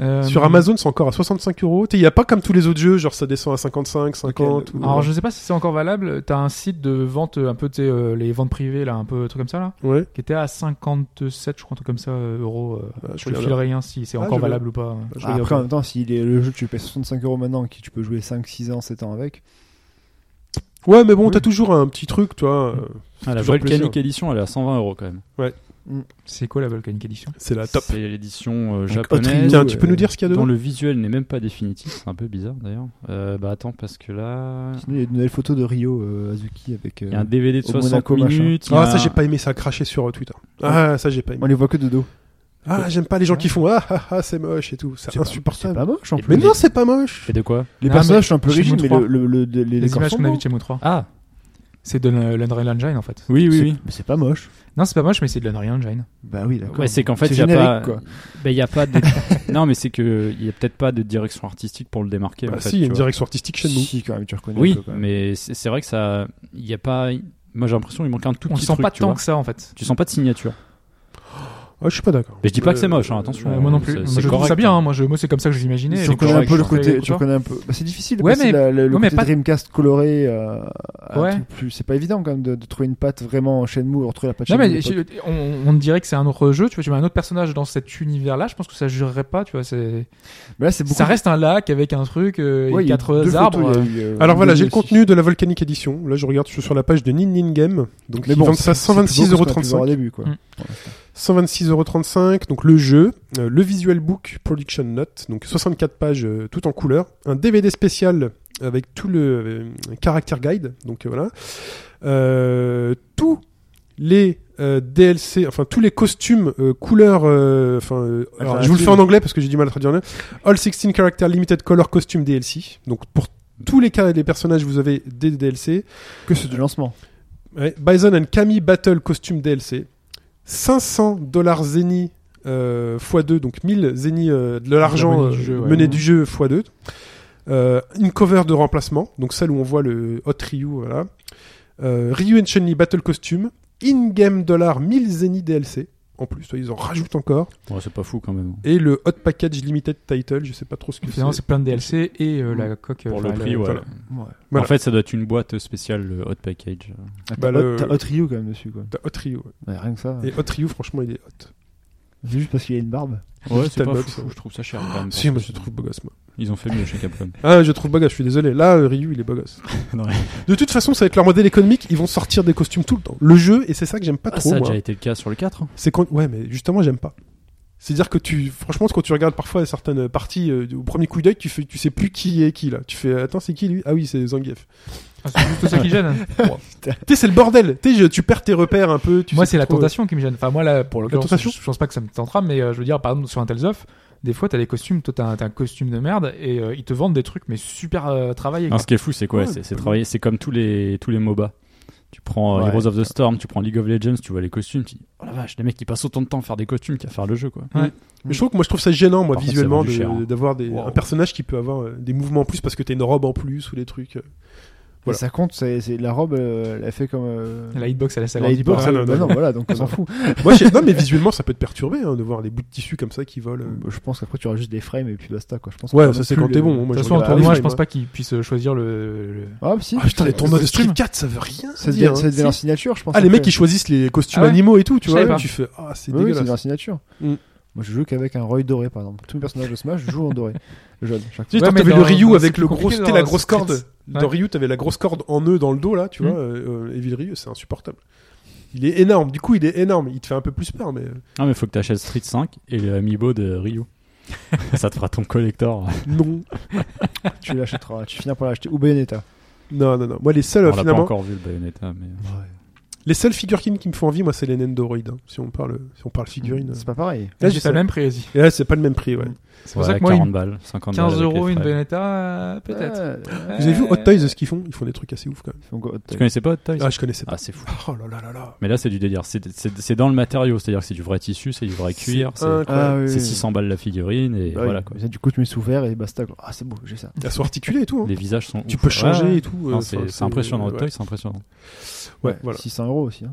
C: Euh,
A: Sur Amazon, c'est encore à 65 euros. Tu sais, Il n'y a pas comme tous les autres jeux, genre ça descend à 55, 50.
B: Ok,
A: ou- euh,
C: Alors je sais pas si c'est encore valable. T'as un site de vente euh, un peu, tu sais, euh, les ventes privées là, un peu truc comme ça là,
A: Ouais.
C: qui était à 57, je crois, un truc comme ça, euh, euros. euh,
A: Bah, je
C: je te
A: regarde.
C: filerai un si c'est
A: Ah,
C: encore
A: je vais-
C: valable ou pas. Ah. ouais.
A: Je
B: Bah,
A: regarde.
B: après, en même temps, si les- le jeu, tu le payes 65 euros maintenant, qui tu peux jouer 5, 6 ans, 7 ans avec.
A: Ouais, mais bon,
B: Oui.
A: t'as toujours un petit truc, toi. euh,
D: Ah, la
A: toujours
D: Volcanic
A: plaisir.
D: Edition, elle est à 120 euros quand même.
C: C'est quoi la Volcanic Edition
A: C'est la top.
D: C'est l'édition euh,
B: Donc,
D: japonaise.
A: Tiens, tu peux nous dire ce qu'il y a
D: dont
A: dedans
D: le visuel n'est même pas définitif, c'est un peu bizarre d'ailleurs. Euh, bah attends, parce que là.
B: Sinon, il y a une nouvelle photo de Rio euh, Azuki avec. euh,
D: Il y a un DVD de
B: Au
D: 60
B: Monaco, machin.
D: minutes. il y a
A: Ah, ça,
D: un-
A: j'ai pas aimé, ça a craché sur euh, Twitter. Ah, ça, j'ai pas aimé.
B: On les voit que de dos.
A: Ah, j'aime pas les gens qui font ah, ah, ah, c'est moche et tout. C'est
B: C'est pas- C'est
A: insupportable.
B: pas moche en
D: Et
B: plus.
A: Mais non, c'est pas moche.
D: Et de quoi
B: Les
C: Non,
B: personnages
C: mais
B: sont un peu
C: chez
B: rigides,
C: nous
B: mais
C: trois.
B: le, le- le- le- les,
C: Les,
B: décors
C: images
B: sont
C: qu'on a
B: beaux.
C: vues de chez Mo 3.
D: Ah
C: C'est de l'Un- l'Unreal Engine en fait.
D: Oui, oui,
B: C'est-
D: oui.
B: mais C'est pas moche.
C: Non, c'est pas moche, mais c'est de l'Unreal Engine.
B: Bah oui, d'accord.
D: Ouais, c'est qu'en fait,
B: C'est
D: il y a
B: générique,
D: pas.
B: quoi.
D: Ben, il y a pas de... non, mais c'est que il y a peut-être pas de direction artistique pour le démarquer.
A: Bah
D: en fait,
A: si, il y a une
D: tu vois.
A: direction artistique chez nous.
B: Si, quand même, tu reconnais. un
D: Oui,
B: peu, quand même.
D: mais c'est c'est vrai que ça, il y a pas. Moi, j'ai l'impression qu'il manque un tout
C: On
D: petit
C: sent
D: truc.
C: pas
D: tu
C: tant
D: vois.
C: que ça en fait.
D: Tu sens pas de signature.
A: Ah, je suis pas d'accord.
D: Mais je dis pas que c'est
A: Euh,
D: moche, hein, attention.
C: Euh, moi non plus.
D: C'est-
C: Moi,
D: c'est
C: je trouve
D: correct,
C: ça bien.
D: hein.
C: hein. Moi, je- moi, c'est comme ça que je l'imaginais.
B: Tu
C: donc,
B: reconnais un peu le
C: je trouve
B: côté.
C: que-
B: Tu reconnais un peu. Bah, c'est difficile de
C: Ouais,
B: passer
C: mais-
B: la- le, le
C: ouais, mais
B: côté
C: pas-
B: Dreamcast coloré euh, à un
C: Ouais.
B: truc plus. C'est pas évident quand même de, de trouver une patte vraiment Shenmue, de retrouver la patte
C: Non,
B: Shenmue,
C: mais
B: à l'époque.
C: je- on, on dirait que c'est un autre jeu. Tu vois, tu mets un autre personnage dans cet univers-là. Je pense que ça jurerait pas. Tu vois, c'est
B: Mais là, c'est beaucoup.
C: ça reste un lac avec un truc euh,
B: Ouais,
C: et
B: il y a eu
C: quatre
B: deux
C: arbres.
B: photos, il y a eu, euh,
A: Alors
B: une
A: voilà, j'ai le
B: aussi.
A: contenu de la Volcanic Edition. Là, je regarde, je suis sur la page de Nin Nin Game. Donc,
B: Mais
A: ils
B: bon,
A: vendent ça
B: c'est- c'est beaucoup ce qu'on a pu voir
A: 126,35€.
B: au début, quoi.
C: Mm.
A: 126,35€. Donc, le jeu, euh, le Visual Book Production Note. Donc, 64 pages euh, tout en couleur. Un DVD spécial avec tout le euh, character guide. Donc, euh, voilà. Euh, tous les euh, DLC, enfin, tous les costumes euh, couleurs. euh, Enfin, euh, alors, je vous le fais en anglais parce que j'ai du mal à traduire. en anglais. All 16 Character Limited Color Costume DLC. Donc, pour tous les cas des personnages, vous avez des DLC.
B: Que ceux du lancement.
A: Ouais, Bison and Camille Battle costume DLC. 500 dollars Zeni euh, x2, donc 1000 Zeni euh, de l'argent
C: monnaie du
A: euh,
C: jeu, ouais.
A: mené du jeu x2. Euh, une cover de remplacement, donc celle où on voit le Hot Ryu, voilà. Euh, Ryu and Chun-Li Battle costume. In-game dollar 1000 Zeni DLC. En plus, ils en rajoutent encore.
D: Ouais, c'est pas fou quand même.
A: Et le Hot Package Limited Title, je sais pas trop ce que c'est.
C: Finalement, c'est plein de DLC et euh, la coque. euh,
D: Pour le
C: enfin,
D: prix, ouais.
A: voilà.
D: En
A: Voilà.
D: fait, ça doit être une boîte spéciale le hot package.
B: Ah,
A: Bah,
B: T'as
A: le-
B: Hot- t'as Hot Ryu quand même dessus, quoi.
A: T'as Hot Ryu. ouais.
B: Ouais, rien que ça.
A: Et Hot Ryu, franchement, il est hot.
B: C'est juste parce qu'il a une barbe.
D: Ouais,
A: c'est
D: c'est
A: pas
D: pas
A: fou.
D: Je trouve ça cher quand même.
A: Si, moi, je le trouve beau gosse, moi.
D: Ils ont fait mieux chez Capcom.
A: Ah, je trouve beau gosse, je suis désolé. Là, euh, Ryu, il est beau gosse.
D: Non, mais-
A: De toute façon, ça va être leur modèle économique, ils vont sortir des costumes tout le temps. Le jeu, et c'est ça que j'aime pas
D: Ah,
A: trop,
D: ça a
A: moi.
D: déjà été le cas sur le 4. hein.
A: C'est quand, ouais, mais justement, j'aime pas. C'est-à-dire que tu, franchement, quand tu regardes parfois certaines parties, euh, au premier coup d'œil, tu fais, tu sais plus qui est qui là. Tu fais, attends, c'est qui lui Ah oui, c'est Zangief.
C: Ah, c'est juste ça qui gêne.
A: Tu sais, c'est le bordel. Tu sais, je- tu perds tes repères un peu. Tu
C: moi,
A: sais
C: c'est la
A: trop, euh,
C: tentation qui me gêne. Enfin, moi, là, pour le
A: La
C: coup, je,
A: tentation
C: je pense pas que ça me tentera, mais euh, je veux dire, par exemple, sur un Tales of, des fois, t'as des costumes, toi, t'as un, t'as un costume de merde, et euh, ils te vendent des trucs, mais super euh, travaillés.
D: Non,
C: quoi.
D: ce qui est fou, c'est quoi
A: Ouais, bah
D: C'est c'est
A: pas
D: travailler. C'est comme tous les tous les MOBA. Tu prends euh,
B: Ouais.
D: Heroes of the Storm, tu prends League of Legends, tu vois les costumes, tu dis oh la vache, les mecs ils passent autant de temps à faire des costumes qu'à faire le jeu quoi.
A: Mais je trouve que moi, je trouve ça gênant, moi,
D: Par contre,
A: visuellement,
D: c'est vendu
A: de-
D: cher, hein.
A: d'avoir des-
D: Wow.
A: un personnage qui peut avoir euh, des mouvements en plus parce que t'as une robe en plus ou des trucs. euh. Voilà.
B: Et ça compte, c'est c'est- la robe, euh, elle a fait comme. euh,
C: La hitbox, elle a sa
B: la
C: grandit
B: hitbox,
A: pas.
B: elle-
A: Ah, non,
B: bah
A: non,
B: non, voilà, donc on s'en fout.
A: moi, je- non, mais visuellement, ça peut te perturber hein, de voir des bouts de tissu comme ça qui volent. euh.
B: Je pense qu'après tu auras juste des frames et puis basta quoi. Je pense
A: Ouais,
B: qu'on
A: ça
B: a
A: c'est
B: plus
A: quand
B: le-
A: t'es bon. Moi,
C: De toute
A: je
C: façon, en
A: regarde la
C: tournoi,
A: live,
C: je pense
A: moi.
C: pas qu'ils puissent choisir le. le-
B: Ah si.
A: Ah putain, les tournois de Street
C: Stream.
A: 4, ça veut rien.
B: Ça
A: dire,
B: devient,
A: hein.
B: ça devient leur signature, je pense.
A: Ah, les
B: après.
A: mecs, ils choisissent les costumes
C: Ah ouais
A: animaux et tout, tu
C: Je
A: vois.
C: savais pas.
A: Tu fais, ah, c'est
B: Bah Oui, oui, c'est
A: dégueulasse.
B: leur signature.
A: Mm.
B: Moi, je joue qu'avec un Roy doré, par exemple. Tous mes personnages de Smash, je joue en doré. Jaune, chaque
A: Tu sais,
C: Ouais,
A: quand
C: mais
A: t'avais
C: dans-
A: le Ryu
C: dans-
A: avec
C: c'est
A: le
C: plus
A: gros,
C: compliqué
A: t'es
C: dans
A: la
C: un
A: grosse
C: Street.
A: corde. Dans
C: Ouais.
A: Ryu, t'avais la grosse corde en nœud dans le dos, là, tu vois.
C: Mm.
A: euh, euh, Evil Ryu, c'est insupportable. Il est énorme, du coup, il est énorme. Il te fait un peu plus peur, mais. euh,
D: Non mais faut que t'achètes Street 5 et le amiibo de Ryu. ça te fera ton collector.
A: Non.
B: fois. tu l'achèteras, tu finis par l'acheter. Ou Bayonetta.
A: Non, non, non. Moi, les seuls,
D: On l'a pas
A: finalement,
D: encore vu le Bayonetta mais
A: les seuls figurines qui me font envie, moi, c'est les Nendoroid. hein, si, on parle, si on parle
C: Hmm,
A: figurines.
B: C'est pas pareil.
A: Là,
C: Là,
A: j'ai
C: j'ai
A: ça.
C: le même prix aussi.
A: Et là, c'est pas le même prix,
C: Hmm.
A: ouais.
D: c'est
C: pour ça que moi,
D: 40
C: une-
D: balles, 50 balles
C: 15
D: avec les
C: euros une
D: frais.
C: Benetta, euh, peut-être.
B: Ouais.
A: Vous avez vu Hot Toys, ce qu'ils font Ils font des trucs assez ouf, quand même.
B: Ils font go-
D: Tu connaissais pas Hot Toys
A: Ah, je connaissais pas.
D: Ah c'est fou.
A: Oh là là là là.
D: Mais là c'est du délire, c'est- c'est c'est dans le matériau, c'est-à-dire que c'est du vrai tissu, c'est du vrai cuir, c'est
A: incroyable.
B: Ah, oui,
D: c'est
B: oui.
D: 600 balles la figurine et
B: Bah oui.
D: voilà quoi.
B: Ça, Du coup, je me suis ouvert et basta. quoi. Ah, c'est beau, j'ai ça.
A: Elles sont articulées et tout. hein.
D: Les visages sont
A: Tu
D: ouf.
A: peux changer
D: Ouais.
A: et tout. euh,
D: Non,
A: enfin,
D: C'est c'est impressionnant, Hot
A: ouais.
D: Toys, c'est impressionnant.
A: Ouais, voilà.
B: 600 euros aussi. hein.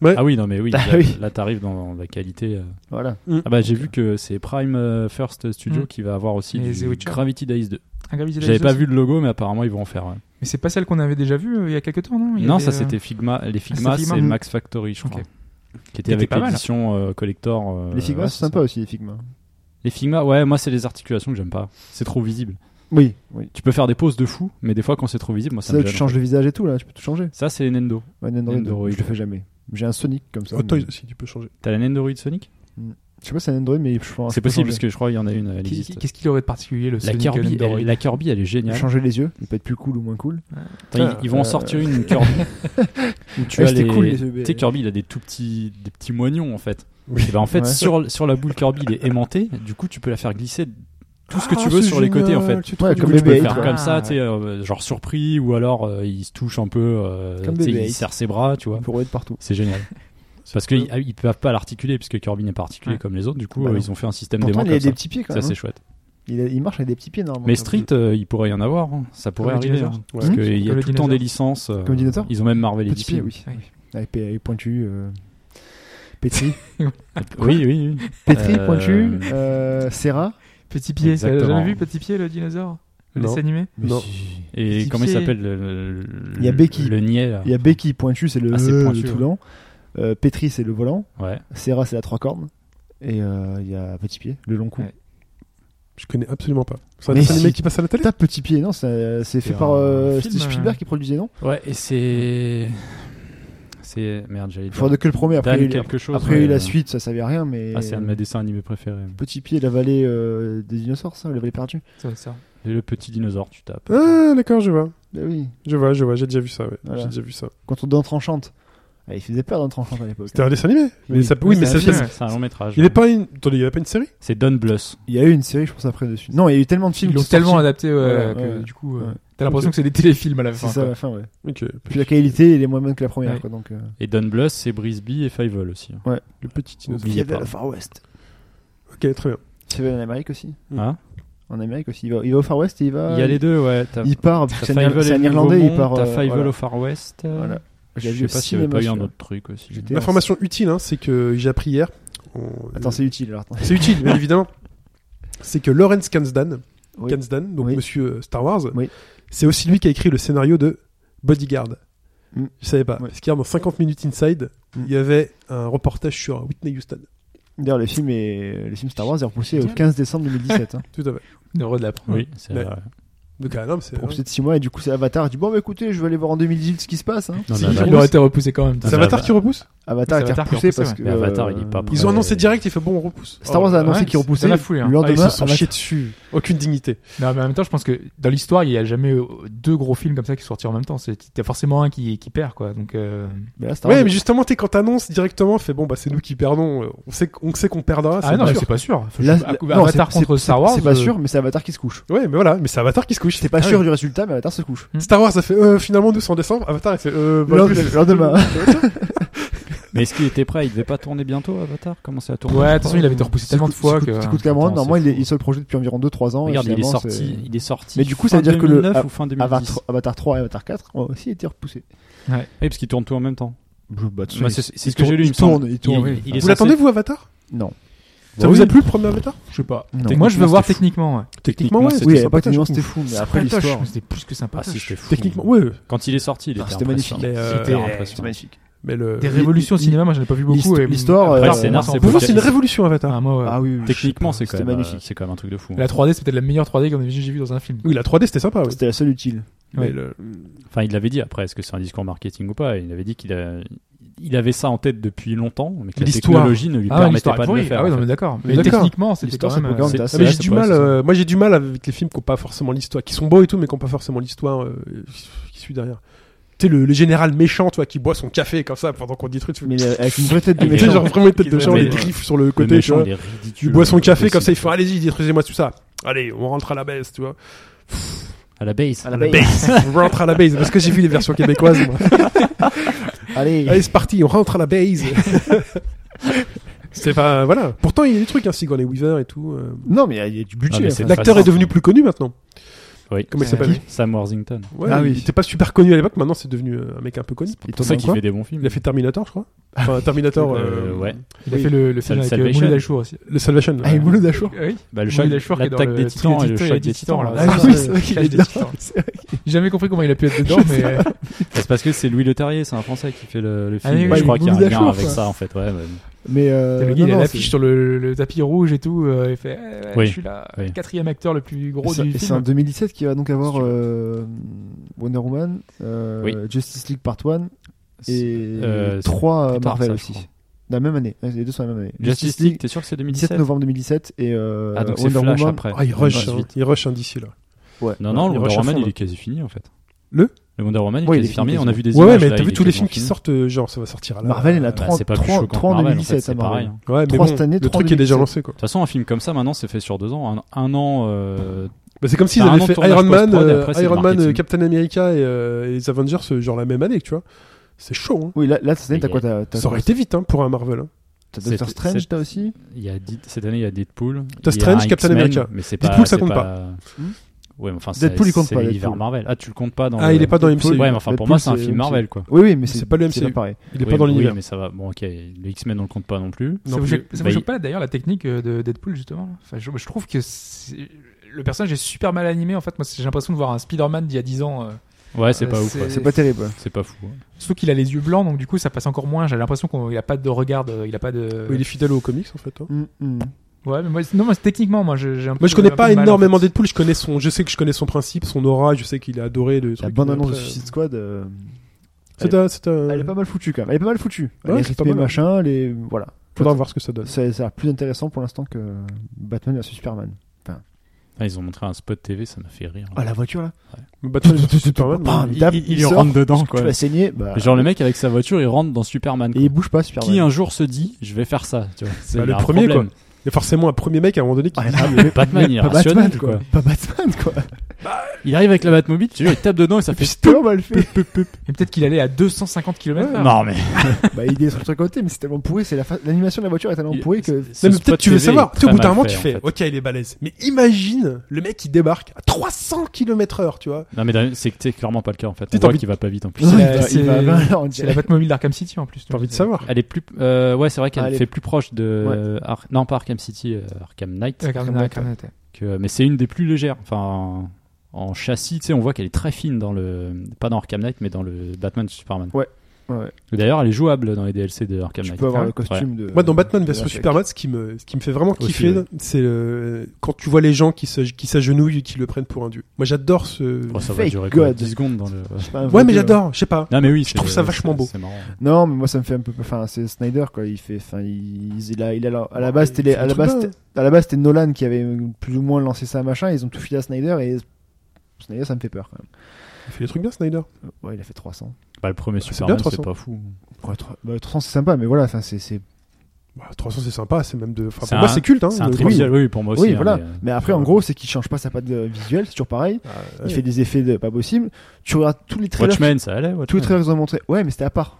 A: Ouais.
D: Ah oui, non, mais oui,
B: Ah
D: là,
B: oui.
D: là, t'arrives dans la qualité. euh.
B: Voilà.
D: Ah bah, j'ai vu que c'est Prime euh, First Studio
C: Mm.
D: qui va avoir aussi
C: Et
D: du
C: The Witcher.
D: Gravity Days 2.
C: Un Gravity
D: J'avais
C: Days
D: pas
C: aussi.
D: vu le logo, mais apparemment, ils vont en faire. ouais.
C: Mais c'est pas celle qu'on avait déjà vue euh, il y a quelques temps, non Il y
D: Non,
C: avait,
D: ça
C: euh,
D: c'était Figma. Les Figma,
C: Figma,
D: c'est
B: hmm.
D: Max Factory, je
C: Ok.
D: crois. Qui était
C: était
D: avec
C: pas mal.
D: l'édition euh, collector. euh,
B: les Figma,
D: ouais,
B: c'est sympa
D: ça.
B: aussi, les Figma.
D: Les Figma, ouais, moi c'est les articulations que j'aime pas. C'est trop visible.
B: Oui, oui.
D: Tu peux faire des poses de fou, mais des fois quand c'est trop visible, moi ça
B: Ça,
D: me
B: tu
D: gêne.
B: changes le visage et tout, là, tu peux tout changer.
D: Ça, c'est les Nendo.
B: Ouais, Nendoroid,
D: Nendoroid.
B: je le fais jamais. J'ai un Sonic comme ça.
A: Oh, Toys
B: mais-
A: aussi, tu peux changer.
D: T'as la Nendoroid Sonic
B: Je sais pas si c'est un Android, mais je pense.
D: C'est possible parce que je crois qu'il y en a une, elle
C: qui- qui-
D: existe.
C: Qu'est-ce qu'il aurait de particulier le
D: La
C: Sonic
D: Kirby,
C: Nendoroid
D: elle, la Kirby, elle est géniale.
B: Changer les yeux, il peut être plus cool ou moins cool.
D: Attends, ils, ils vont en
B: Euh,
D: sortir une, une Kirby. où tu
B: Ouais,
D: as
B: c'était
D: les...
B: cool, les yeux, mais-
D: Tu sais, Kirby, il a des tout petits, des petits moignons en fait.
A: Oui.
D: Et ben, en fait,
B: Ouais.
D: sur, sur la boule Kirby, il est aimanté. Du coup, tu peux la faire glisser tout ce que
A: Ah,
D: tu veux sur les côtés en fait.
B: Ouais,
D: Comme
B: comme
D: tu peux
B: BB-8,
D: faire
B: ouais.
D: comme ça,
C: Ah,
D: tu sais, euh, genre surpris, ou alors euh, il se touche un peu, euh,
B: Comme
D: tu sais,
B: BB-8.
D: il serre ses bras, tu vois.
B: Il peut rouler de partout.
D: C'est génial. Parce qu'ils ne peuvent pas l'articuler, puisque Kirby n'est pas articulé
C: Ouais.
D: comme les autres, du coup,
B: Bah
D: euh,
B: non.
D: ils ont fait un système
B: Pourtant,
D: d'aimant
B: il a
D: comme ça.
B: des petits pieds quand
D: Ça,
B: même.
D: c'est
B: hein.
D: chouette.
B: Il, a- il marche avec des petits pieds normalement.
D: Mais
B: comme-
D: Street, euh, il pourrait y en avoir, hein. ça pourrait
C: Comme les
D: arriver.
C: dinosaures.
D: hein. Parce
A: Ouais.
D: qu'il y a
C: Comme les
D: tout le temps
C: dinosaures.
D: des licences. euh,
B: Comme dinosaure.
D: Ils ont même Marvel
B: Petits
D: ici.
B: pieds, oui.
C: Oui.
B: Avec, P- avec pointu. euh, Petri.
D: Oui, oui, oui.
B: Petri,
D: Euh,
B: pointu. Euh... Serra.
C: Petit pied, t'as
D: Exactement.
C: jamais vu Petit pied le dinosaure Le
A: Non.
C: dessin animé
A: Non.
D: Et
C: Petit
D: comment il
C: pied.
D: s'appelle le, le-
B: Il y a Becky.
D: Le niais, là.
B: Il y a Becky, pointu, c'est le,
D: Ah, c'est
B: euh,
D: pointu,
B: le
D: ouais.
B: Toulan. Euh, Petri, c'est le volant.
D: Ouais.
B: Serra, c'est la trois cornes. Et euh, il y a Petit Pied, le long cou.
C: Ouais.
A: Je connais absolument pas. C'est un
B: Mais
A: dessin animé
B: si.
A: qui passe à la télé
B: Putain, Petit Pied, non, ça- c'est fait
D: un
B: par euh,
C: film,
B: Steve
C: euh,
B: Spielberg qui produisait, non
D: Ouais, et c'est. C'est. Merde, j'allais
B: Il
D: dire.
B: faudrait que le premier. Après,
D: Dan
B: il-
D: quelque chose.
B: après
D: ouais.
B: la suite, ça savait rien, mais.
D: Ah, c'est un de mes dessins animés préférés.
B: Petit Pied, la vallée euh, des dinosaures, ça, la vallée perdue.
C: Ça, ça.
D: Et le petit dinosaure, tu tapes.
A: Ah, d'accord, je vois.
B: Bah oui.
A: Je vois, je vois, j'ai déjà vu ça. ouais.
B: Voilà.
A: J'ai déjà vu ça.
B: Quand on Dante Tranchante. Ah, il faisait peur Dante Tranchante à l'époque.
A: C'était un dessin animé. Mais
B: Oui.
A: ça, oui,
C: Oui,
A: mais
C: c'est
A: ça,
C: un
A: ça-
C: film.
D: C'est un long métrage.
A: il est pas une. Attendez, il n'y a pas une série
D: C'est Don Bluth.
B: Il y a eu une série, je pense, après dessus. Non, il y a eu tellement de films.
C: Ils l'ont
B: qui sont
C: tellement
B: sortis.
C: adapté ouais,
B: Ouais,
C: que
B: ouais.
C: du coup, euh,
B: Ouais.
C: t'as l'impression que c'est des téléfilms à la fin.
B: C'est ça, à
C: quoi.
B: la fin, ouais.
A: Ok.
B: Puis la qualité, elle est moins bonne que la première,
C: Ouais.
B: quoi. Donc, euh,
D: Et Don Bluth, c'est Brisby et Fievel aussi. hein.
A: Le petit dinosaure.
D: Oubliez
B: il y avait
D: pas.
B: le Far West.
A: Ok, très bien.
B: C'est vrai, en Amérique aussi.
D: Hein
B: En Amérique aussi. Il va, il va au Far West et Ah, il va.
D: il y a les deux, ouais. T'as
B: Il part,
D: t'as
B: c'est un,
D: Fievel
B: c'est
D: et
B: un
D: le
B: Irlandais,
D: Nouveau
B: il part.
D: Monde, T'as
B: euh,
D: Fievel
B: voilà.
D: au Far West. euh,
B: Voilà. J'ai
D: Je sais
B: vu
D: pas
B: au
D: s'il n'y avait pas eu
B: cinéma,
D: un
B: celui-là.
D: autre truc aussi.
B: J'étais- Bien,
A: L'information utile, hein, c'est que j'ai appris hier. on-
B: Attends, c'est utile alors. attends.
A: C'est utile, bien évidemment. C'est que Lawrence Kansdan,
B: Oui.
A: Kansdan donc
B: Oui.
A: monsieur euh, Star Wars,
B: Oui.
A: c'est aussi lui qui a écrit le scénario de Bodyguard.
B: Mm.
A: Je savais pas.
B: Oui.
A: Parce qu'hier, dans 50 minutes Inside,
B: Mm.
A: il y avait un reportage sur Whitney Houston.
B: D'ailleurs, le film, est... le film Star Wars est repoussé au 15 décembre 2017. hein,
A: Tout à fait.
C: On est Heureux de l'apprendre.
D: Oui, c'est
A: Ouais.
D: vrai.
A: Donc, ah, non, mais c'est.
B: Pour repousser de 6 mois, et du coup, c'est Avatar. Il dit Bon, bah écoutez, je vais aller voir en 2018 ce qui se passe. hein.
D: Non,
A: Si,
D: mais
A: je
C: Il
D: Avatar-
C: aurait été repoussé quand même.
A: C'est
D: Ah,
A: Avatar
D: bah.
A: qui repousse
B: Avatar a été
C: C'est Avatar qui est
B: repoussé
C: repoussé,
B: parce que.
D: Mais Avatar,
B: euh,
D: il est pas Oh,
A: Ils
D: Ouais.
A: ont annoncé direct, ils fait bon, on repousse. Oh,
B: Star Wars a annoncé
C: ouais,
B: qu'il
C: c'est-
B: repoussait
C: c'est la foule, hein.
B: le
A: Ah, ils
B: lendemain.
A: se sont
B: Avatar-
A: chiés dessus. Aucune dignité.
C: Non, mais en même temps, je pense que dans l'histoire, il n'y a jamais euh, deux gros films comme ça qui sont sortis en même temps. C'est- T'as forcément un qui, qui perd, quoi. Donc, euh,
B: Mais là, Star
A: Ouais,
B: Wars-
A: mais justement, t'es quand t'annonces directement, fait bon, bah c'est nous qui perdons. euh, On sait, qu- on sait qu'on perdra.
C: Ah
A: c'est
C: non,
A: pas
C: mais
A: sûr.
C: c'est pas sûr. Enfin,
B: Là,
C: je-
B: là-
C: Avatar
B: non, c'est-
C: contre
B: c'est-
C: Star Wars.
B: C'est pas
C: euh,
B: sûr, mais c'est Avatar qui se couche.
A: Ouais, mais voilà, mais c'est Avatar qui se couche.
B: T'es pas sûr du résultat, mais Avatar se couche.
C: Mm.
A: Star Wars a fait euh, finalement nous en décembre, Avatar a fait euh, bah,
B: Le-
A: plus.
B: le lendemain.
D: Mais est-ce qu'il était prêt Il devait pas tourner bientôt, Avatar Commencer à tourner
C: Ouais, de
D: je
C: toute façon,
D: crois.
C: il avait été repoussé tellement de fois que.
B: Écoute Cameron,
D: euh, Attends,
B: normalement, il
D: c'est
B: est,
D: fou.
B: il est sur le projet depuis environ 2-3 ans. et
D: Regarde, il est
B: finalement,
D: sorti.
B: c'est-
D: il est sorti
B: Mais du coup,
D: fin
B: ça veut dire que le
D: 2009
B: Av-
D: ou fin 2010.
B: Avatar, Avatar 3 et Avatar 4 ont aussi été repoussés.
D: Oui, parce qu'ils tournent tout en même temps.
B: Bah,
D: Moi, Bah, c'est c'est
B: il
D: ce que j'ai lu,
B: tourne-
D: il me semble.
B: il tourne, il tourne, oui.
D: il est
A: Vous
D: censé-
A: l'attendez vous Avatar
B: Non.
A: Ça
C: Bah
A: vous a
C: oui.
A: plu le premier Avatar
C: Je sais pas.
B: Non.
C: Moi, je veux
D: Techniquement,
C: voir
D: c'était
C: techniquement. ouais.
A: Techniquement ouais.
D: c'était
B: Oui,
A: c'était
B: à pas
A: sympatoche.
B: de c'était fou, mais après
C: Sympatoche,
B: l'histoire.
C: mais C'était plus que sympa.
D: Ah, si, c'était fou.
A: Techniquement ouais. ouais.
D: Quand il est sorti, il
B: Ah, C'était
D: était
B: magnifique.
D: impressionnant.
A: Mais, euh,
D: C'était
A: C'était-
B: C'était
D: impressionnant.
B: magnifique.
A: Mais le
C: Des révolutions au
B: il-
C: cinéma, moi, j'en ai pas vu beaucoup.
B: l'histo-
C: et-
B: l'histoire,
C: Après,
D: euh,
C: le
D: scénar,
C: scénar,
D: c'est
A: pour vous,
D: podcast.
A: c'est une révolution Avatar.
C: Ah, moi, ouais.
B: Ah oui, oui, oui.
D: Techniquement, c'est quand
B: C'était
D: même, euh,
B: magnifique.
D: c'est quand même un truc de fou.
B: hein.
C: La 3D, c'est peut-être la meilleure 3D qu'on a j'ai vue dans un film.
A: Oui, la 3D c'était
D: euh,
A: sympa. ouais.
B: C'était la seule utile.
A: Mais
C: Ouais.
A: le-
D: Enfin, il l'avait dit après, est-ce que c'est un discours marketing ou pas Il avait dit qu'il a- il avait ça en tête depuis longtemps, mais que la
A: L'histoire.
D: technologie ne lui
C: Ah, ouais,
D: permettait
C: l'histoire est
D: pas de le
C: pourrie.
D: faire.
C: Ah, ouais,
D: en
C: non,
D: fait.
C: mais d'accord.
A: Mais
C: Mais
A: d'accord.
C: techniquement, c'était
B: L'histoire,
C: quand
B: c'est
C: même.
B: Pocahontas.
C: euh,
D: c'est-
A: mais
D: ouais,
A: j'ai
D: c'est
A: du
D: pas-
A: mal.
D: c'est ça.
A: euh, moi, j'ai du mal avec les films qui ont pas forcément l'histoire, qui sont beaux et tout, mais qui ont pas forcément l'histoire euh, qui suit derrière. Tu sais, le, le général méchant, toi, qui boit son café comme ça pendant qu'on dit truc.
B: Mais euh, avec une vraie tête de
D: Il
A: Tu sais,
D: méchant.
A: genre
B: méchant.
A: vraiment une tête de
D: Mais-
A: méchant, les
D: mais-
A: griffes sur le
D: Le
A: côté, tu
D: méchant,
A: vois.
D: il est ridicule.
A: Tu bois son
D: euh,
A: café comme ça, il
D: possible.
A: fait allez-y, détruisez-moi tout ça. Allez, on rentre à la baisse, tu vois.
D: À la base.
B: À la base.
A: On rentre à la base, parce que j'ai vu les versions québécoises, moi. Allez,
C: Ah,
B: Allez.
A: c'est parti, on rentre à la base. c'est pas. Voilà. Pourtant, il y a des trucs, hein, Sigourney Weaver et tout. euh.
B: Non, mais il y a- il y a du
D: Ah,
B: budget.
D: mais
C: hein.
B: enfin.
D: c'est-
A: L'acteur
D: façon,
A: est devenu
D: hein.
A: plus connu maintenant.
D: Oui.
A: Comment il
C: C'est
A: s'appelle
D: Sam Worthington.
A: Ouais,
B: Ah
A: il-
B: oui.
A: Il était pas super connu à l'époque, maintenant c'est devenu euh, un mec un peu connu.
D: C'est pour ça qu'il fait des bons films.
A: Il a fait Terminator, je crois. Enfin, Terminator, euh,
D: Euh, ouais.
C: Il a
B: Oui.
C: fait le, le film avec euh,
D: Salvation.
C: Moulin Dachour aussi.
A: Le Salvation.
B: Ah, et Mouloud Achour
C: Ah Oui,
D: Bah, le
C: Oui,
D: choc,
C: la Chour qui est dans
D: l'attaque
C: le-
D: des titans et le
C: Titans,
D: choc
C: des
D: des titans.
C: Titans,
D: là.
C: là.
D: Ah,
B: Ah
D: oui.
B: oui, c'est vrai qu'il
C: Clash
B: est
C: des
B: là.
C: Titans. J'ai jamais compris comment il a pu être dedans, mais euh,
D: Bah, C'est parce que c'est Louis Leterrier, c'est un Français qui fait le, le
C: Ah
D: film.
C: oui,
D: Et
C: oui,
D: je crois qu'il y a un
B: Louis
D: lien
B: Dachour,
D: avec
B: quoi.
D: ça en fait. Ouais, bah,
B: Mais euh,
C: le
B: non,
C: gars, il a
B: non,
C: l'affiche
B: c'est-
C: sur le, le tapis rouge et tout. euh, il fait eh, ouais,
D: Oui.
C: Je suis là,
D: Oui.
C: quatrième acteur le plus gros
B: c'est-
C: du
B: et C'est en
C: film.
B: 2017 qu'il va donc avoir euh, Wonder Woman, euh,
D: Oui.
B: Justice League Part 1
D: c'est-
B: et
D: euh, c'est
B: 3
D: plus tard,
B: Marvel
D: ça, je crois.
B: aussi. La même année, Ouais, les deux sont la même année.
D: Justice League, t'es sûr que c'est
B: 17
D: 2017
B: novembre 2017 et euh,
D: Ah, donc c'est
B: Wonder
D: Flash
B: Woman.
D: après.
A: Ah, il rush, hein.
D: 2018.
A: il rush un d'ici là.
B: Ouais.
D: Non, non,
A: Il
D: le
A: rush
D: Wonder
A: à
D: Woman,
A: fond,
D: il
A: là.
D: est quasi fini en fait.
A: Le
D: Le Wonder Woman, il
B: Ouais,
D: est
B: il
D: quasi
B: est
D: fermé.
B: fini,
D: On a vu des
A: Ouais,
D: images.
A: mais
D: là,
A: t'as
D: il
A: vu
D: est
A: tous les
D: quasiment
A: films qui
D: fini.
A: sortent, euh, genre ça va sortir à la.
B: Marvel, elle a
D: Bah,
B: 3
D: c'est pas plus choquant que
B: 3 en
D: Marvel, en fait,
B: 2017
D: c'est
B: à Marvel.
D: pareil. hein.
A: Ouais, mais
B: Trois
A: bon,
B: cette année,
A: le
B: trois
A: truc est déjà
B: 2017.
A: lancé quoi.
D: De toute façon, un film comme ça, maintenant, c'est fait sur deux ans. Un, un an. euh,
A: Bah, c'est comme s'ils
D: T'as un
A: avaient
D: an de
A: fait
D: tournage
A: Iron Man,
D: post-prod, et
A: euh,
D: après, c'est
A: Iron
D: du
A: Man,
D: marketing.
A: euh, Captain America et, euh, et les Avengers euh, genre la même année, tu vois. C'est chaud. Hein.
B: Oui, là, là cette année, t'as quoi T'as t'as-
A: Ça aurait été vite hein, pour un Marvel. hein.
B: t'as
D: C'est-
B: Doctor Strange,
D: c'est-
B: t'as aussi
D: Il y a Deed- cette année, il y a Deadpool.
A: Doctor
D: il y a
A: Strange,
D: un
A: Captain
D: X-Men,
A: America.
D: Mais c'est pas.
A: Deadpool, ça
D: c'est
A: compte
B: Hmm
D: Ouais, mais enfin,
B: Deadpool, il compte pas,
D: l'hiver
B: Deadpool.
D: Marvel. Ah, tu le comptes pas dans.
A: Ah,
D: le-
A: il est pas dans
B: Deadpool,
A: MCU.
D: Ouais, mais enfin, pour
B: Deadpool,
D: moi, c'est un
B: c'est-
D: film Marvel, quoi.
B: Oui, oui, mais c'est
A: C'est pas le
B: c'est
A: MCU.
B: pareil.
A: Il est
D: Oui,
A: pas dans
D: mais-
A: l'univers.
D: Oui, mais ça va. Bon, ok. Le X-Men, on le compte pas non plus.
A: Non
C: Ça vous
A: plus.
C: choque- ça
D: Bah,
C: vous choque
D: il-
C: pas d'ailleurs la technique euh, de Deadpool justement enfin, je, je trouve que c'est- le personnage est super mal animé en fait. Moi j'ai l'impression de voir un Spider-Man d'il y a 10 ans. euh,
D: Ouais, c'est
C: Euh,
D: pas ouf.
C: c'est-
D: ouais.
B: C'est pas terrible.
D: C'est pas fou. hein.
C: Surtout qu'il a les yeux blancs donc du coup ça passe encore moins. J'ai l'impression qu'il a pas de regard, de- il a pas de.
A: Oui, Il est fidèle aux comics en fait. hein.
D: Mm,
B: Hum, hum.
C: Ouais, mais moi, non, moi, c'est- techniquement, moi, j'ai j'ai un peu.
A: Moi, je connais
C: un
A: pas
C: peu de mal,
A: énormément
C: en fait.
A: Deadpool. Je connais son, je sais que je connais son principe, son aura. Je sais qu'il a adoré le
B: La
A: truc,
B: bande
A: mais
B: annonce de
A: après, euh,
B: Suicide Squad. euh,
A: C'est un, c'est un-
B: Elle est pas mal foutue quand même. Elle est pas mal foutue.
A: Ouais,
B: les
A: c'est pas
B: rythmés,
A: mal.
B: machin, les voilà.
A: Faudra voir ce que ça donne.
B: Ça, ça a l'air plus intéressant pour l'instant que Batman vs Superman.
D: Ah, ils ont montré un spot TV, ça m'a fait rire.
B: Ah la voiture là.
A: Batman vs Superman.
B: Bam,
A: ouais.
B: il tape,
D: il, il
B: sort,
D: rentre dedans,
B: Tu
D: quoi.
B: vas saigner. Bah,
D: Genre, le mec avec sa voiture, il rentre dans Superman.
B: Et
D: quoi.
B: il bouge pas Superman.
D: Qui un jour se dit, je vais faire ça, tu vois. C'est
A: Bah, le
D: il y a un
A: premier,
D: problème.
A: Il y a forcément un premier mec à un moment donné qui.
B: Ah, là, mais-
D: Batman, il est
B: pas
D: rationnel,
B: Batman,
D: quoi.
B: Pas Batman quoi.
D: Il arrive avec la Batmobile, tu vois, il tape dedans et ça fait.
B: Putain, on va le faire.
C: Et peut-être qu'il allait à 250 km/h.
D: Non, mais.
B: bah il est sur le côté, mais c'est tellement pourri. C'est la fa- l'animation de la voiture est tellement
D: Il-
B: pourrie que.
A: Non, mais peut-être tu veux savoir. Tu sais, au bout d'un moment, tu fais, ok, il est balèze. Mais imagine le mec qui débarque à 300 km/h, tu vois.
D: Non, mais d'un- c'est c'est clairement pas le cas en fait.
A: T'es
D: On voit
A: envie-
D: qu'il va pas vite en plus.
B: Il
C: Ouais,
B: va-
C: c'est-
B: il va à 20 à l'heure, on
C: C'est la
B: dirait.
C: Batmobile d'Arkham City en plus.
A: T'as envie de savoir.
D: Elle est plus. euh, ouais, c'est vrai qu'elle
B: Ah, elle est-
D: fait plus proche de. euh, Ar- Non, pas Arkham City, euh, Arkham Knight.
C: Arkham Knight, Arkham Knight, ouais.
D: que- Mais c'est une des plus légères. Enfin, en, en châssis, tu sais, on voit qu'elle est très fine dans le. Pas dans Arkham Knight, mais dans le Batman Superman.
B: Ouais, ouais.
D: Et D'ailleurs, elle est jouable dans les DLC de Arkham
B: Tu
D: Knight.
B: peux avoir
D: Ah,
B: le costume de.
A: Moi, dans Batman
B: de
A: vs
B: Affleck.
A: Superman, ce qui me, ce qui me fait vraiment
D: Aussi,
A: kiffer,
D: ouais.
A: c'est le- quand tu vois les gens qui se- qui s'agenouillent et qui le prennent pour un dieu. Moi, j'adore ce.
D: Ouais. Oh, ça va
B: Fake
D: durer quoi,
B: God.
D: 10 secondes dans le.
B: C'est pas un vrai
A: Ouais, mais
B: dieu,
D: hein.
A: j'adore. Je sais pas.
D: Non, mais oui,
A: Je
D: c'est-
A: trouve ça
D: c'est-
A: vachement beau.
D: C'est marrant.
B: Non, mais moi ça me fait un peu. Enfin, c'est Snyder quoi. Il fait. Enfin, il, il a, il a. la- À la base, c'était les-
A: C'est un
B: à la
A: truc
B: base,
A: bien.
B: c'était- à la base, c'était Nolan qui avait plus ou moins lancé ça machin. Ils ont tout filé à Snyder et Snyder, ça me fait peur quand même.
A: Il fait des trucs bien, Snyder.
B: Ouais, il a fait 300.
D: Bah, le premier
A: bien,
D: Superman, c'est
A: 300.
D: pas fou.
B: Ouais, trois- bah, 300 c'est sympa, mais voilà, enfin c'est, c'est.
A: Bah, 300, c'est sympa. C'est même de. Enfin,
D: C'est
A: pour moi,
D: un-
A: c'est culte. Hein,
D: C'est un
A: le-
D: trivial, oui, pour moi aussi.
B: Oui,
D: hein,
B: voilà.
D: mais, euh,
B: Mais après, en
D: euh,
B: gros, c'est qu'il change pas sa patte euh, visuelle, c'est toujours pareil.
A: Ah,
B: Il
A: ouais.
B: fait des effets de pas possible. Tu regardes tous les trailers.
D: Watchmen, ça allait.
B: Tous les
D: Watchmen.
B: trailers qu'ils ont montré. Ouais, mais c'était à part.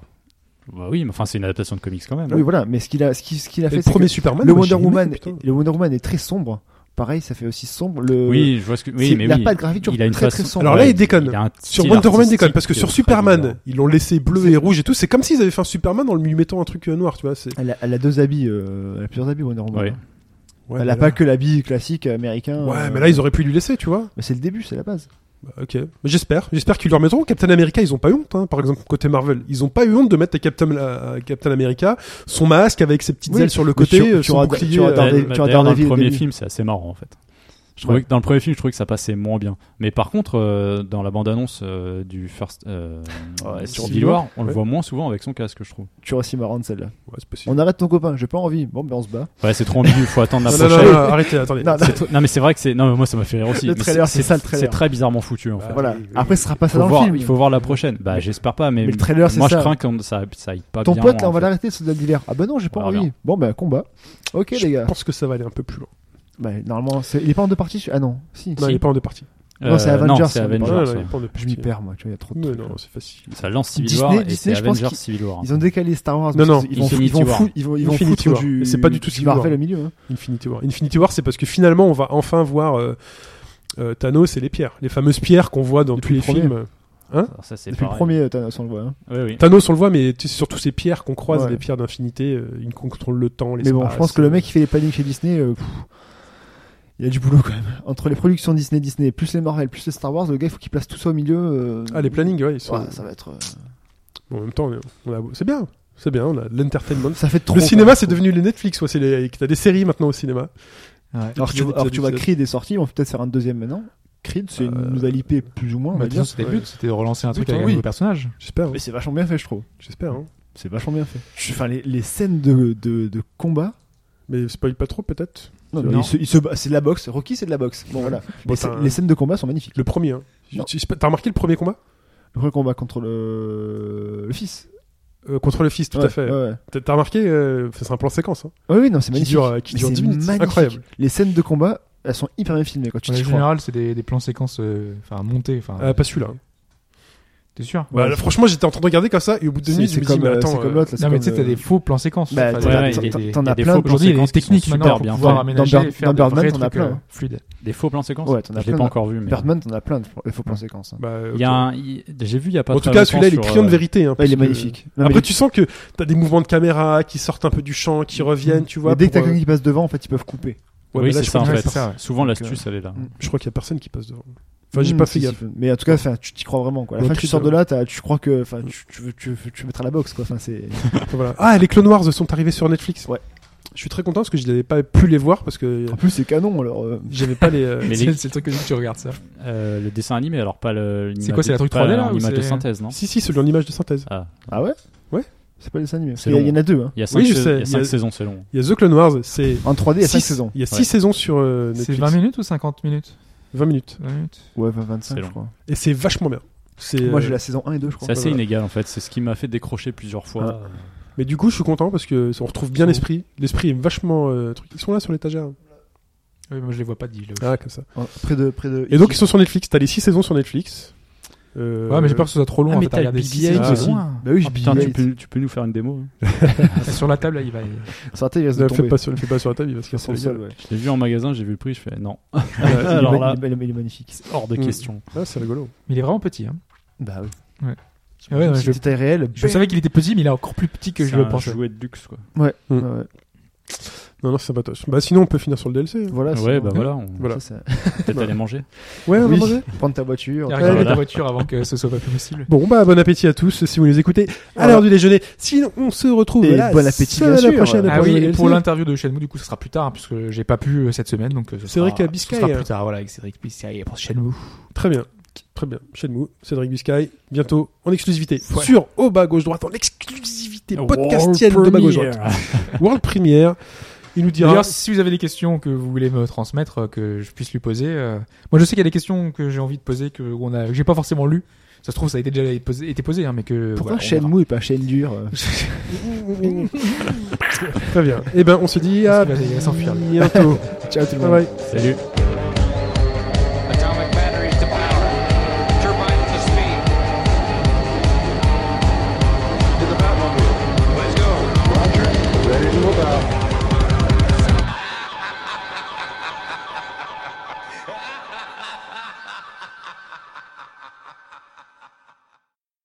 D: Bah oui, mais enfin, c'est une adaptation de comics quand même. hein.
B: Oui, voilà. Mais ce qu'il a, ce qu'il, ce qu'il a
A: Et
B: fait,
A: le
B: c'est
A: premier
B: que
A: Superman.
B: le
A: moi,
B: Wonder
A: j'ai aimé,
B: Woman,
A: putain.
B: le Wonder Woman est très sombre. Pareil, ça fait aussi sombre. Le,
D: Oui, je vois ce que. Oui,
B: c'est-
D: mais
B: la
D: oui.
B: patte graphique, tu
D: il a une
B: très,
D: façon.
B: très sombre.
A: Alors là, il déconne.
D: a un
A: Sur
D: style
A: Wonder Woman
D: artistique euh,
A: déconne parce que sur
D: très
A: Superman,
D: bizarre.
A: ils l'ont laissé bleu
B: C'est-
A: et rouge et tout. C'est comme s'ils avaient fait un Superman en lui mettant un truc euh, noir, tu vois. C'est.
B: Elle a, elle a deux habits, euh, elle a plusieurs habits Wonder Woman.
A: Ouais,
D: Ouais.
B: elle
A: mais
B: a
A: là-
B: pas que l'habit classique américain.
A: Ouais,
B: euh,
A: mais là, ils auraient pu lui laisser, tu vois.
B: mais c'est le début, c'est la base.
A: Bah, ok. Mais J'espère. J'espère qu'ils le remettront. Captain America, ils ont pas eu honte, hein, par exemple, côté Marvel. Ils ont pas eu honte de mettre à Captain, à Captain America son masque avec ses petites
B: Oui,
A: ailes sur le
B: mais
A: côté,
B: tu-
A: euh,
B: tu
A: son
B: auras-
A: bouclier.
B: tu auras
A: euh,
B: Daredevil-
D: D'ailleurs,
B: tu vois,
D: d'ailleurs, dans le
B: Daredevil au
D: premier
B: début.
D: film, c'est assez marrant en fait. Je trouvais que dans le premier film, je trouvais que ça passait moins bien. Mais par contre, euh, dans la bande-annonce euh, du First euh,
B: Ouais,
D: euh,
B: sur
D: Civil
A: Civil War,
D: War, on le
A: ouais.
D: voit moins souvent avec son casque, je trouve.
B: Tu vois aussi marrant de celle-là.
A: Ouais, c'est possible.
B: On arrête ton copain, j'ai pas envie. Bon, ben on se bat.
D: Ouais, c'est trop ambigu. Faut attendre la
A: Non, non,
D: prochaine.
A: non, non, arrêtez, attendez.
B: Non, non,
D: C'est trop- Non, mais c'est vrai que c'est. Non, mais moi, ça m'a fait rire aussi.
B: Le
D: Mais
B: trailer, c'est ça, le
D: C'est
B: trailer.
D: très bizarrement foutu en fait.
B: voilà.
A: oui, oui.
B: Après, ce sera pas ça
D: Faut
B: dans
D: voir-
B: le film.
D: il faut voir la prochaine. Bah, j'espère pas, mais,
B: Mais le trailer, c'est
D: moi,
B: ça.
D: je crains que ça, ça aille
A: Ah,
D: pas
B: Ton
D: bien.
B: pote, là,
D: en
B: on va
D: fait.
B: l'arrêter, soldat d'hiver. Ah bah non, j'ai pas
D: On verra
B: envie. Bon, ben combat. Ok, les
A: Je
B: gars.
A: pense que ça va aller un peu plus loin.
B: Bah, normalement, c'est- il est pas en deux parties. celui- Ah non, si.
A: Non,
B: Si.
A: il est pas en deux parties.
B: Non, c'est
D: Euh,
B: Avengers,
D: Non, c'est
B: on
A: Non,
B: Genre,
A: non,
D: Avengers.
A: il
D: ouais.
A: est pas en deux
B: Je
A: parties.
B: m'y perds, moi. Tu vois, il y a trop de
A: Mais
B: trucs.
A: non, c'est facile.
D: Ça lance Civil
B: Disney-
D: War et
B: Disney,
D: c'est
B: je pense
D: Avengers
B: qu'ils-
D: Civil War.
B: Ils ont décalé Star Wars.
A: Non,
B: parce
A: non,
B: qu'ils vont- Ils
D: Infinity
B: vont
D: War.
B: foutre- ils vont- ils vont
A: Infinity
B: foutre
A: War.
B: du.
A: Et c'est pas du tout
B: du
A: Civil
B: Marvel
A: War.
B: au milieu. hein.
A: Infinity War. Infinity War, c'est parce que finalement, on va enfin voir euh, euh, Thanos et les pierres, les fameuses pierres qu'on voit dans
B: Depuis
A: tous les
B: le premier.
A: films.
D: Alors ça, c'est
B: Depuis le
D: pareil.
B: premier euh, Thanos, on le voit. hein.
D: Oui, oui.
A: Thanos, on le voit, mais tu sais, c'est surtout ces pierres qu'on croise,
B: Ouais.
A: les pierres d'infinité, euh, une contrôle le temps,
B: Mais bon, je pense que le mec qui fait les paniques chez Disney, euh, pff, il a du boulot quand même. Entre les productions Disney, Disney, plus les Marvel, plus les Star Wars, le gars, il faut qu'il place tout ça au milieu. euh,
A: Ah, les plannings, ouais, ils sont.
B: ouais, ça va être. euh,
A: Bon, en même temps, on est- on a... c'est bien, c'est bien, on a de l'entertainment.
B: Ça fait trop.
A: Le
B: quand
A: cinéma,
B: même.
A: c'est devenu les Netflix, ouais, c'est les... t'as des séries maintenant au cinéma.
C: Ouais.
B: Alors, tu,
A: épisode,
B: alors tu vois,
A: épisode.
B: Creed est sorti, on va peut-être faire un deuxième maintenant. Creed, c'est une
A: Euh,
B: nouvelle IP, plus ou moins, on
C: Bah,
B: va
C: de toute
B: dire.
C: façon, c'était le
A: ouais.
C: but, c'était de relancer un truc
A: Oui,
C: avec un
A: oui.
C: nouveau personnage.
A: J'espère, hein,
B: Mais c'est vachement bien fait, je trouve.
A: j'espère. hein.
B: C'est vachement bien fait. Je- Enfin, les, les scènes de, de, de combat.
A: Mais spoil pas trop, peut-être.
B: Non, mais
C: Non.
B: il se- il se bat- c'est de la boxe. Rocky, c'est de la boxe. Bon, voilà.
A: Bon,
B: les, sc-
A: t'as un-
B: les scènes de combat sont magnifiques.
A: Le premier. Hein. Tu-
B: Non.
A: tu- je sais pas, T'as remarqué le premier combat
B: Le premier combat contre le, le fils.
A: Euh, Contre le fils, tout
B: Ouais,
A: à fait.
B: ouais, ouais.
A: T'as- T'as remarqué euh, C'est un plan séquence. hein.
B: Oui, oui, non, c'est
A: Qui
B: magnifique.
A: dure, euh, qui
B: Mais
A: dure
B: c'est
A: 10 minutes.
B: magnifique.
A: Incroyable.
B: Les scènes de combat, elles sont hyper bien filmées quand tu
C: En
B: t'y crois.
C: général, c'est des, des plans séquences euh, enfin, montés. Enfin,
A: Euh, pas celui-là. hein.
C: T'es sûr
A: Bah, là, franchement, j'étais en train de regarder comme ça, et au bout de
B: C'est-
A: deux minutes, je
B: C'est
A: me dis,
B: comme
A: mais
B: euh,
A: attends.
B: c'est comme
A: euh,
B: l'autre. là, c'est
C: Non, mais
B: comme,
C: tu sais, t'as
B: euh,
C: des faux plans séquences.
B: Bah,
C: Enfin,
B: t'as-
C: des-
D: ouais,
B: t'en-
D: il y a
B: t'en-
D: des-
B: t'en
D: il y
B: as
D: a des
B: plein
D: faux
B: de-
D: plans
C: Aujourd'hui, il y a des
D: séquences qui sont
C: techniques
D: super
C: maintenant pour
D: bien
C: pouvoir
D: faites.
C: aménanger
B: Dans
C: et
B: Bird-
C: faire
B: dans
C: des
B: Birdman,
C: vrais
B: t'en as
C: trucs, euh,
B: plein.
C: fluides.
D: Des faux plans séquences.
B: Ouais, t'en as
D: je l'ai
B: plein.
D: pas encore vu, mais
B: Birdman, t'en as plein. de- Il faut plein de séquences. hein.
A: bah,
D: il y a un. il- J'ai vu il y a pas.
A: En tout
D: très
A: cas,
D: longtemps
A: celui-là, il est
D: sur,
A: criant de
D: euh,
A: vérité. hein,
B: Ouais,
A: parce
B: il est
A: que-
B: magnifique. Non, mais
A: Après,
B: les-
A: tu sens que t'as des mouvements de caméra qui sortent un peu du champ, qui reviennent, tu vois.
B: Mm. mais dès que
A: pour,
B: t'as
A: euh,
B: quelqu'un qui passe devant, en fait, ils peuvent couper.
A: ouais,
D: oui,
A: mais là,
D: c'est
A: je
D: ça
A: crois
D: en
A: qu'il y a
D: fait.
A: personne-
C: ça, ouais.
D: Souvent,
B: Donc,
D: l'astuce, elle est là.
A: Je crois qu'il y a personne qui passe devant. Enfin, j'ai
B: Mm,
A: pas fait
B: si,
A: gaffe.
B: si. Mais en tout cas, enfin, tu t'y crois vraiment. Quoi. À la
A: Ouais,
B: fin, tu
A: très
B: sors de
A: bien.
B: là, t'as- tu crois que enfin, tu, tu, veux- tu, veux- tu veux mettre à la boxe. Quoi. Enfin, c'est...
A: Enfin, voilà. Ah, les Clone Wars sont arrivés sur Netflix.
B: Ouais.
A: Je suis très content parce que je n'avais pas pu les voir parce que
B: En plus, c'est canon. Alors, euh,
A: j'avais pas les. euh,
D: Mais
C: C'est
D: les-
C: c'est le truc que tu regardes ça.
D: Euh, le dessin animé, alors pas le. l'image
C: quoi, c'est
D: de-
C: la truc
D: pas
C: 3D là, ou
D: l'image de
C: c'est-
D: synthèse, non
A: Si, si, celui en image de synthèse.
B: Ah ouais
A: Ouais.
B: C'est pas les dessins animés. Parce
D: C'est
B: qu'il y a-
D: long.
B: Il y en a deux. Hein.
D: Il y a 5
A: Oui, je sais, il y a-
D: saisons, c'est long.
A: Il y a The Clone Wars, c'est.
B: En 3D, il y a 5
A: six-
B: saisons.
A: Il y a 6
D: Ouais.
A: saisons sur euh,
C: C'est
A: Netflix.
C: 20 minutes ou 50 minutes
A: 20 minutes.
C: 20 minutes.
B: Ouais, enfin, 25,
D: C'est
B: je
D: long.
B: crois.
A: Et c'est vachement bien. C'est,
B: Moi,
A: euh,
B: j'ai la saison 1 et 2, je crois.
D: C'est assez
A: voilà.
D: inégal en fait, c'est ce qui m'a fait décrocher plusieurs fois.
A: Mais du coup, je suis content parce que ça- on retrouve bien
C: Oh.
A: l'esprit. L'esprit est vachement. euh, truc. Ils sont là sur l'étagère.
C: Oui, moi je les vois pas dit. Là,
A: Ah, comme ça.
B: Ouais, Près de, près de.
A: Et donc, ils sont sur Netflix. T'as les 6 saisons sur Netflix. Euh,
C: Ouais, mais j'ai peur que ce soit trop long.
D: Ah,
C: en
D: mais
C: fait,
D: t'as
C: à
D: le
C: regarder
D: BB-8
C: six saisons,
A: aussi.
C: hein.
B: Bah oui,
D: Ah,
B: je
D: putain, tu
B: bille.
D: peux, tu peux nous faire une démo hein
C: Sur la table, là, il va. il-
B: Sur la télé, il reste
A: Ne
B: de
A: le fais
B: tomber.
A: pas, sur, le fais pas sur la table, il va se
B: Sur
A: casser
B: le
A: la
B: sol,
A: gueule.
B: ouais.
D: Je l'ai vu en magasin, j'ai vu le prix, je fais non,
B: Il est
D: Alors
B: ma-
D: là-
B: il est ma- Il est magnifique.
D: c'est hors de
C: Hmm.
A: Mm.
D: question.
A: Ah, c'est rigolo.
C: Mais il est vraiment petit. hein.
B: Bah oui.
C: Ouais.
B: Si
C: Ouais, ouais, je-
B: c'était réel.
C: Je savais qu'il était petit, mais il est encore plus petit que
D: C'est
C: je le
D: un
C: pensais.
D: jouet de luxe quoi.
B: Ouais, ouais.
A: Non, non, c'est sympatoche. Bah, sinon, on peut finir sur le DLC. hein.
B: Voilà.
D: ouais,
B: c'est-
D: bah voilà, on
A: Voilà.
B: Ça, c'est-
C: Bah.
D: peut-être aller manger.
A: Ouais, on va
B: Oui,
A: manger
B: prendre ta voiture.
C: Il
B: ta-
C: a regardé
D: voilà.
C: la voiture avant que ce soit pas plus possible.
A: Bon, bah, bon appétit à tous si vous nous écoutez à
B: Voilà.
A: l'heure du déjeuner. Sinon, on se retrouve
B: Et
A: la
B: bon appétit, bien
A: semaine
B: sûr.
A: prochaine.
C: Ah
A: pour le
C: oui, et
A: DLC.
C: pour l'interview de Shenmue, du coup, ce sera plus tard, hein, puisque j'ai pas pu euh, cette semaine, donc euh, ce sera,
A: Cédric
C: ce
A: Biscay,
C: sera
A: hein.
C: plus tard, voilà, avec Cédric Biscay pour Shenmue.
A: Très bien. Très bien. Shenmue, Cédric Biscay, bientôt en exclusivité
C: Ouais.
A: sur Au bas gauche droite, en exclusivité podcastienne de bas gauche droite. World Premiere. Il nous dira.
C: D'ailleurs, si vous avez des questions que vous voulez me transmettre, euh, que je puisse lui poser, euh, moi je sais qu'il y a des questions que j'ai envie de poser que on a, que j'ai pas forcément lu. Ça se trouve, ça a été déjà posé, été posé, hein, mais que.
B: Pourquoi
C: voilà, on
B: chaîne mou et pas chaîne dure euh
A: Très bien. ben, Eh ben, on se dit à
C: verra. Il va s'enfuir. lui.
A: bientôt.
B: Ciao tout le
A: Bye
B: monde.
C: Ah,
A: bye.
D: Salut.